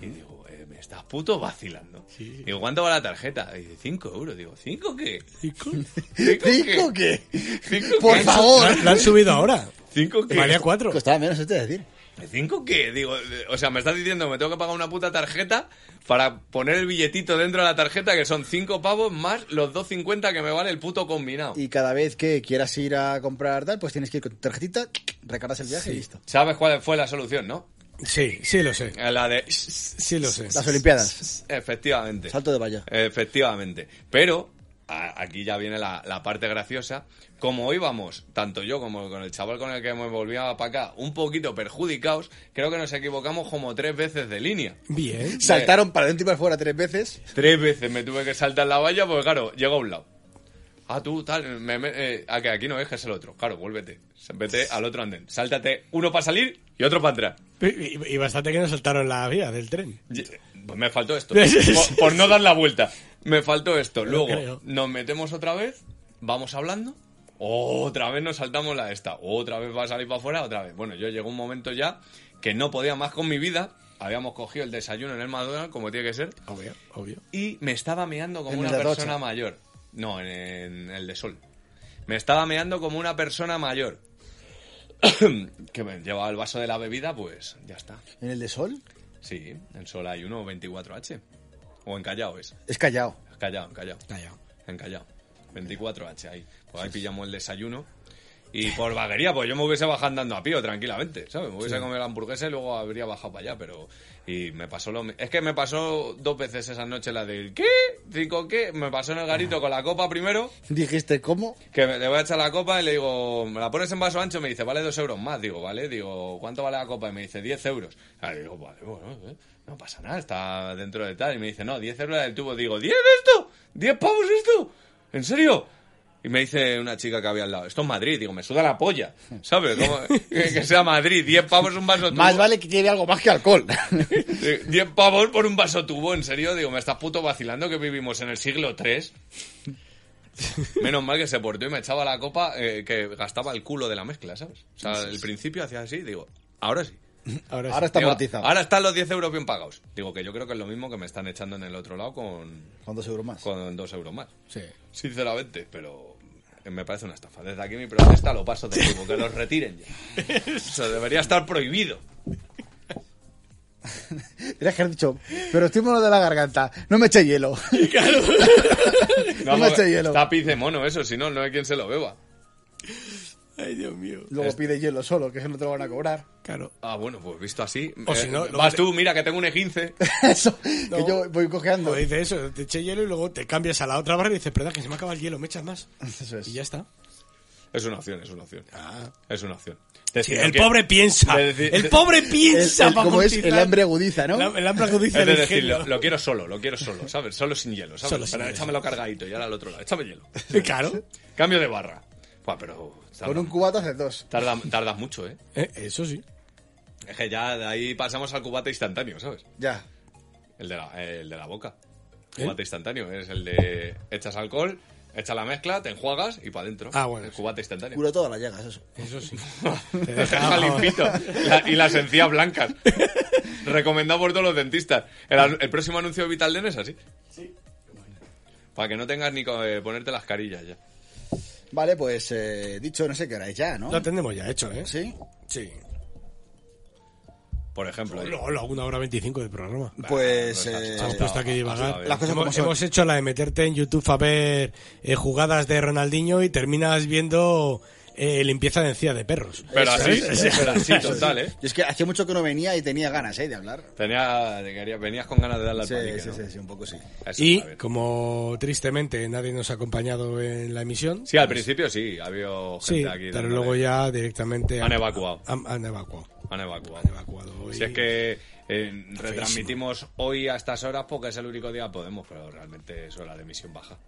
Y digo, eh, me estás puto vacilando. Digo, ¿cuánto va la tarjeta? Y dice, 5 euros. Digo, ¿cinco qué? ¿Cinco ¿Cinco qué? ¿Cinco Por qué? favor. Lo han subido ahora. ¿Cinco qué? Valía cuatro. Costaba menos, eso te iba a decir. ¿Cinco qué? Digo, eh, o sea, me estás diciendo que me tengo que pagar una puta tarjeta para poner el billetito dentro de la tarjeta, que son cinco pavos más los 2.50 que me vale el puto combinado. Y cada vez que quieras ir a comprar tal, pues tienes que ir con tu tarjetita, recargas el viaje y listo. ¿Sabes cuál fue la solución, no? Sí, sí lo sé. La de... Sí lo sé. Las Olimpiadas. Efectivamente. Salto de valla. Efectivamente. Pero a- aquí ya viene la, la parte graciosa. Como íbamos, tanto yo como con el chaval con el que me volvía para acá, un poquito perjudicados, creo que nos equivocamos como tres veces de línea. Bien. Saltaron para dentro y para fuera tres veces. Tres veces me tuve que saltar la valla porque, claro, llego a un lado. Ah, tú, tal, me, me- eh, a que aquí no dejes el otro. Claro, vuélvete. Vete al otro andén. Sáltate uno para salir y otro para entrar. Y, y- y bastante que nos saltaron la vía del tren. Y- Pues me faltó esto. Por, por no dar la vuelta. Me faltó esto. Luego creo. nos metemos otra vez, vamos hablando. Otra vez nos saltamos la esta. Otra vez va a salir para afuera, otra vez. Bueno, yo llegó un momento ya que no podía más con mi vida. Habíamos cogido el desayuno en el McDonald's, como tiene que ser. Obvio, obvio. y me estaba meando como En una la persona tocha. mayor. No, en, en el de sol. Me estaba meando como una persona mayor. que me llevaba el vaso de la bebida, pues ya está. ¿En el de sol? Sí, en sol hay uno 24H. O en Callao es. Es callado. Callao, en Callao. Callao. En Callao. 24H ahí. Pues ahí pillamos el desayuno. Y por vaguería, pues yo me hubiese bajado andando a pío tranquilamente, ¿sabes? Me hubiese comido la hamburguesa y luego habría bajado para allá, pero... Y me pasó lo... mi- Es que me pasó dos veces esa noche la del... ¿Qué? ¿Cinco qué? Me pasó en el garito con la copa primero, Dijiste, ¿cómo? que me- le voy a echar la copa y le digo... ¿Me la pones en vaso ancho? Me dice, vale dos euros más. Digo, ¿vale? Digo, ¿cuánto vale la copa? Y me dice, diez euros. Ah, digo, vale, bueno, eh, no pasa nada, está dentro de tal. Y me dice, no, diez euros la del tubo. Digo, ¿diez esto? ¿Diez pavos esto? ¿En serio? Y me dice una chica que había al lado, esto es Madrid, digo, me suda la polla, ¿sabes? Como que, que sea Madrid, 10 pavos un vaso tubo. Más vale que lleve algo más que alcohol. 10 pavos Eh, por un vaso tubo, en serio, digo, me estás puto vacilando que vivimos en el siglo 3. Menos mal que se portó y me echaba la copa eh, que gastaba el culo de la mezcla, ¿sabes? O sea, al principio hacía así, digo, ahora sí. Ahora, sí. Ahora está Digo, amortizado. ahora están los 10 euros bien pagados. Digo que yo creo que es lo mismo que me están echando en el otro lado con, ¿Cuántos euros más? con 2 euros más. Sí. Sinceramente, pero me parece una estafa. Desde aquí mi protesta lo paso de nuevo, que los retiren ya. Eso debería estar prohibido. Tienes que haber dicho, pero estoy mono de la garganta, no me eche hielo. no me eche hielo. Tapiz de mono, eso, si no, no hay quien se lo beba. Ay, Dios mío. Luego pide hielo solo, que eso no te lo van a cobrar. Claro. Ah, bueno, pues visto así. O eh, si no, lo vas que- tú, mira que tengo un E E15. eso, No. que yo voy cojeando. Como dice eso, te eché hielo y luego te cambias a la otra barra y dices, perdón, que se me acaba el hielo, me echas más. Eso es. Y ya está. Es una opción, es una opción. Ah. Es una opción. Sí, Decir, el que- pobre piensa. de decir- el pobre piensa El- el- para como es, amortizar. el hambre agudiza, ¿no? El, el hambre agudiza Es el de decir, ingenio. lo, lo quiero solo, lo quiero solo, ¿sabes? Solo sin hielo, ¿sabes? Solo sin pero hielo. échamelo cargadito y ahora al otro lado. Échame hielo. Eh, Claro. Cambio de barra. Buah, pero Con tarda- un cubato haces dos. tarda- tardas mucho, ¿eh? Eh, eso sí. Es que ya de ahí pasamos al cubate instantáneo, ¿sabes? Ya. El de la, el de la boca. ¿Eh? Cubate instantáneo. Es el de echas alcohol, echas la mezcla, te enjuagas y para adentro. Ah, bueno, El sí. cubate instantáneo. Cura todas las llagas, eso. Eso sí. Te deja limpito. La- y las encías blancas. Recomendado por todos los dentistas. El, anu- el próximo anuncio de Vital Den es así. Sí. Para que no tengas ni co- eh, ponerte las carillas ya. Vale, pues eh, dicho, no sé qué haráis ya, ¿no? Lo tenemos ya hecho, ¿eh? ¿Sí? Sí. Por ejemplo. eh, Lo, lo- una hora veinticinco de programa. Pues... no estás- eh, Hemos puesto aquí ah, ah, divagar. las cosas como hemos, son. hemos hecho la de meterte en YouTube a ver eh, jugadas de Ronaldinho y terminas viendo eh, limpieza de encía de perros. Pero Eso así, es, eso es. pero así, eso es. total, ¿eh? Yo es que hacía mucho que no venía y tenía ganas, ¿eh? De hablar. Tenía, te quería- venías con ganas de darle al Sí, palique, sí, ¿no? sí, sí, un poco sí. Eso, Y a ver. como tristemente nadie nos ha acompañado en la emisión, Sí, al principio sí, ha habido gente aquí. sí, pues pero dándole. luego ya directamente Han evacuado. Han, han evacuado. Han evacuado. Han evacuado Si es y- que eh, retransmitimos hoy a estas horas porque es el único día que podemos, pero realmente es hora de emisión baja.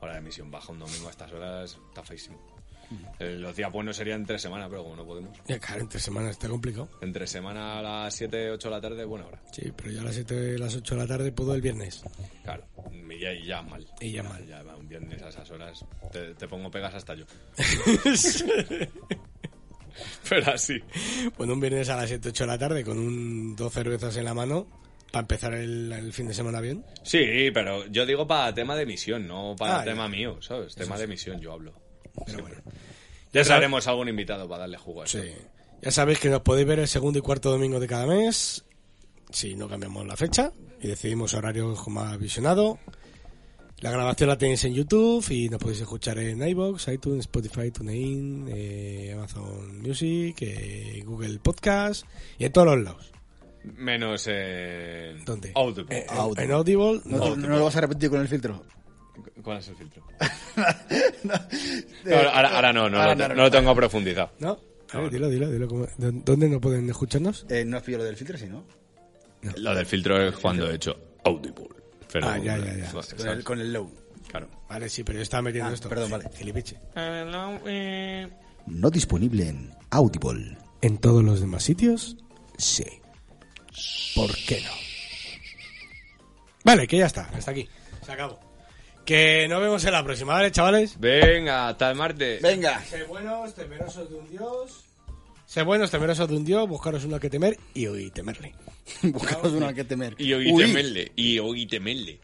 Hora de emisión baja un domingo a estas horas está feísimo. Mm. Eh, los días buenos serían entre semana, pero como no podemos. Ya, claro, entre semanas está complicado. Entre semana a las 7, 8 de la tarde, buena hora. Sí, pero ya a las 7, las 8 de la tarde puedo el viernes. Claro, y ya, y ya mal. Y ya mal. Ya, va un viernes a esas horas te, te pongo pegas hasta yo. pero así. Bueno, un viernes a las 7, 8 de la tarde con un, dos cervezas en la mano para empezar el, el fin de semana bien. Sí, pero yo digo para tema de emisión, no para Ah, ya. tema mío, ¿sabes? tema de emisión yo hablo. Pero bueno. Ya sabremos algún invitado para darle jugo a eso. Sí. Ya sabéis que nos podéis ver el segundo y cuarto domingo de cada mes, si no cambiamos la fecha y decidimos horario como ha visionado. La grabación la tenéis en YouTube y nos podéis escuchar en iBox, iTunes, Spotify, TuneIn, eh, Amazon Music, eh, Google Podcast y en todos los lados. Menos en... ¿Dónde? Audible. Eh, en- En Audible. ¿No, no. te- no lo vas a repetir con el filtro? ¿Cuál es el filtro? No, ahora, ahora no, no, ahora lo, no, no lo tengo profundizado. ¿No? A ver, dilo, dilo, dilo. ¿cómo- dó- ¿Dónde no pueden escucharnos? Eh, no has pillado lo del filtro, sí, ¿no? Lo del filtro es cuando he hecho Audible. Pero- Ah, ya, ya, ya. ¿sabes? Con el, con el low. Claro. Vale, sí, pero yo estaba metiendo Ah, esto. perdón, vale. Gilipiche. No disponible en Audible. ¿En todos los demás sitios? Sí. ¿Por qué no? Vale, que ya está. Hasta aquí. Se acabó. Que nos vemos en la próxima, ¿vale, chavales? Venga, hasta el martes. Venga. Sé buenos, temerosos de un dios. Sé buenos, temerosos de un dios, buscaros uno que temer y hoy temerle. Buscaros una que temer. Y Huid. oítemele, y oítemele.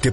¿Te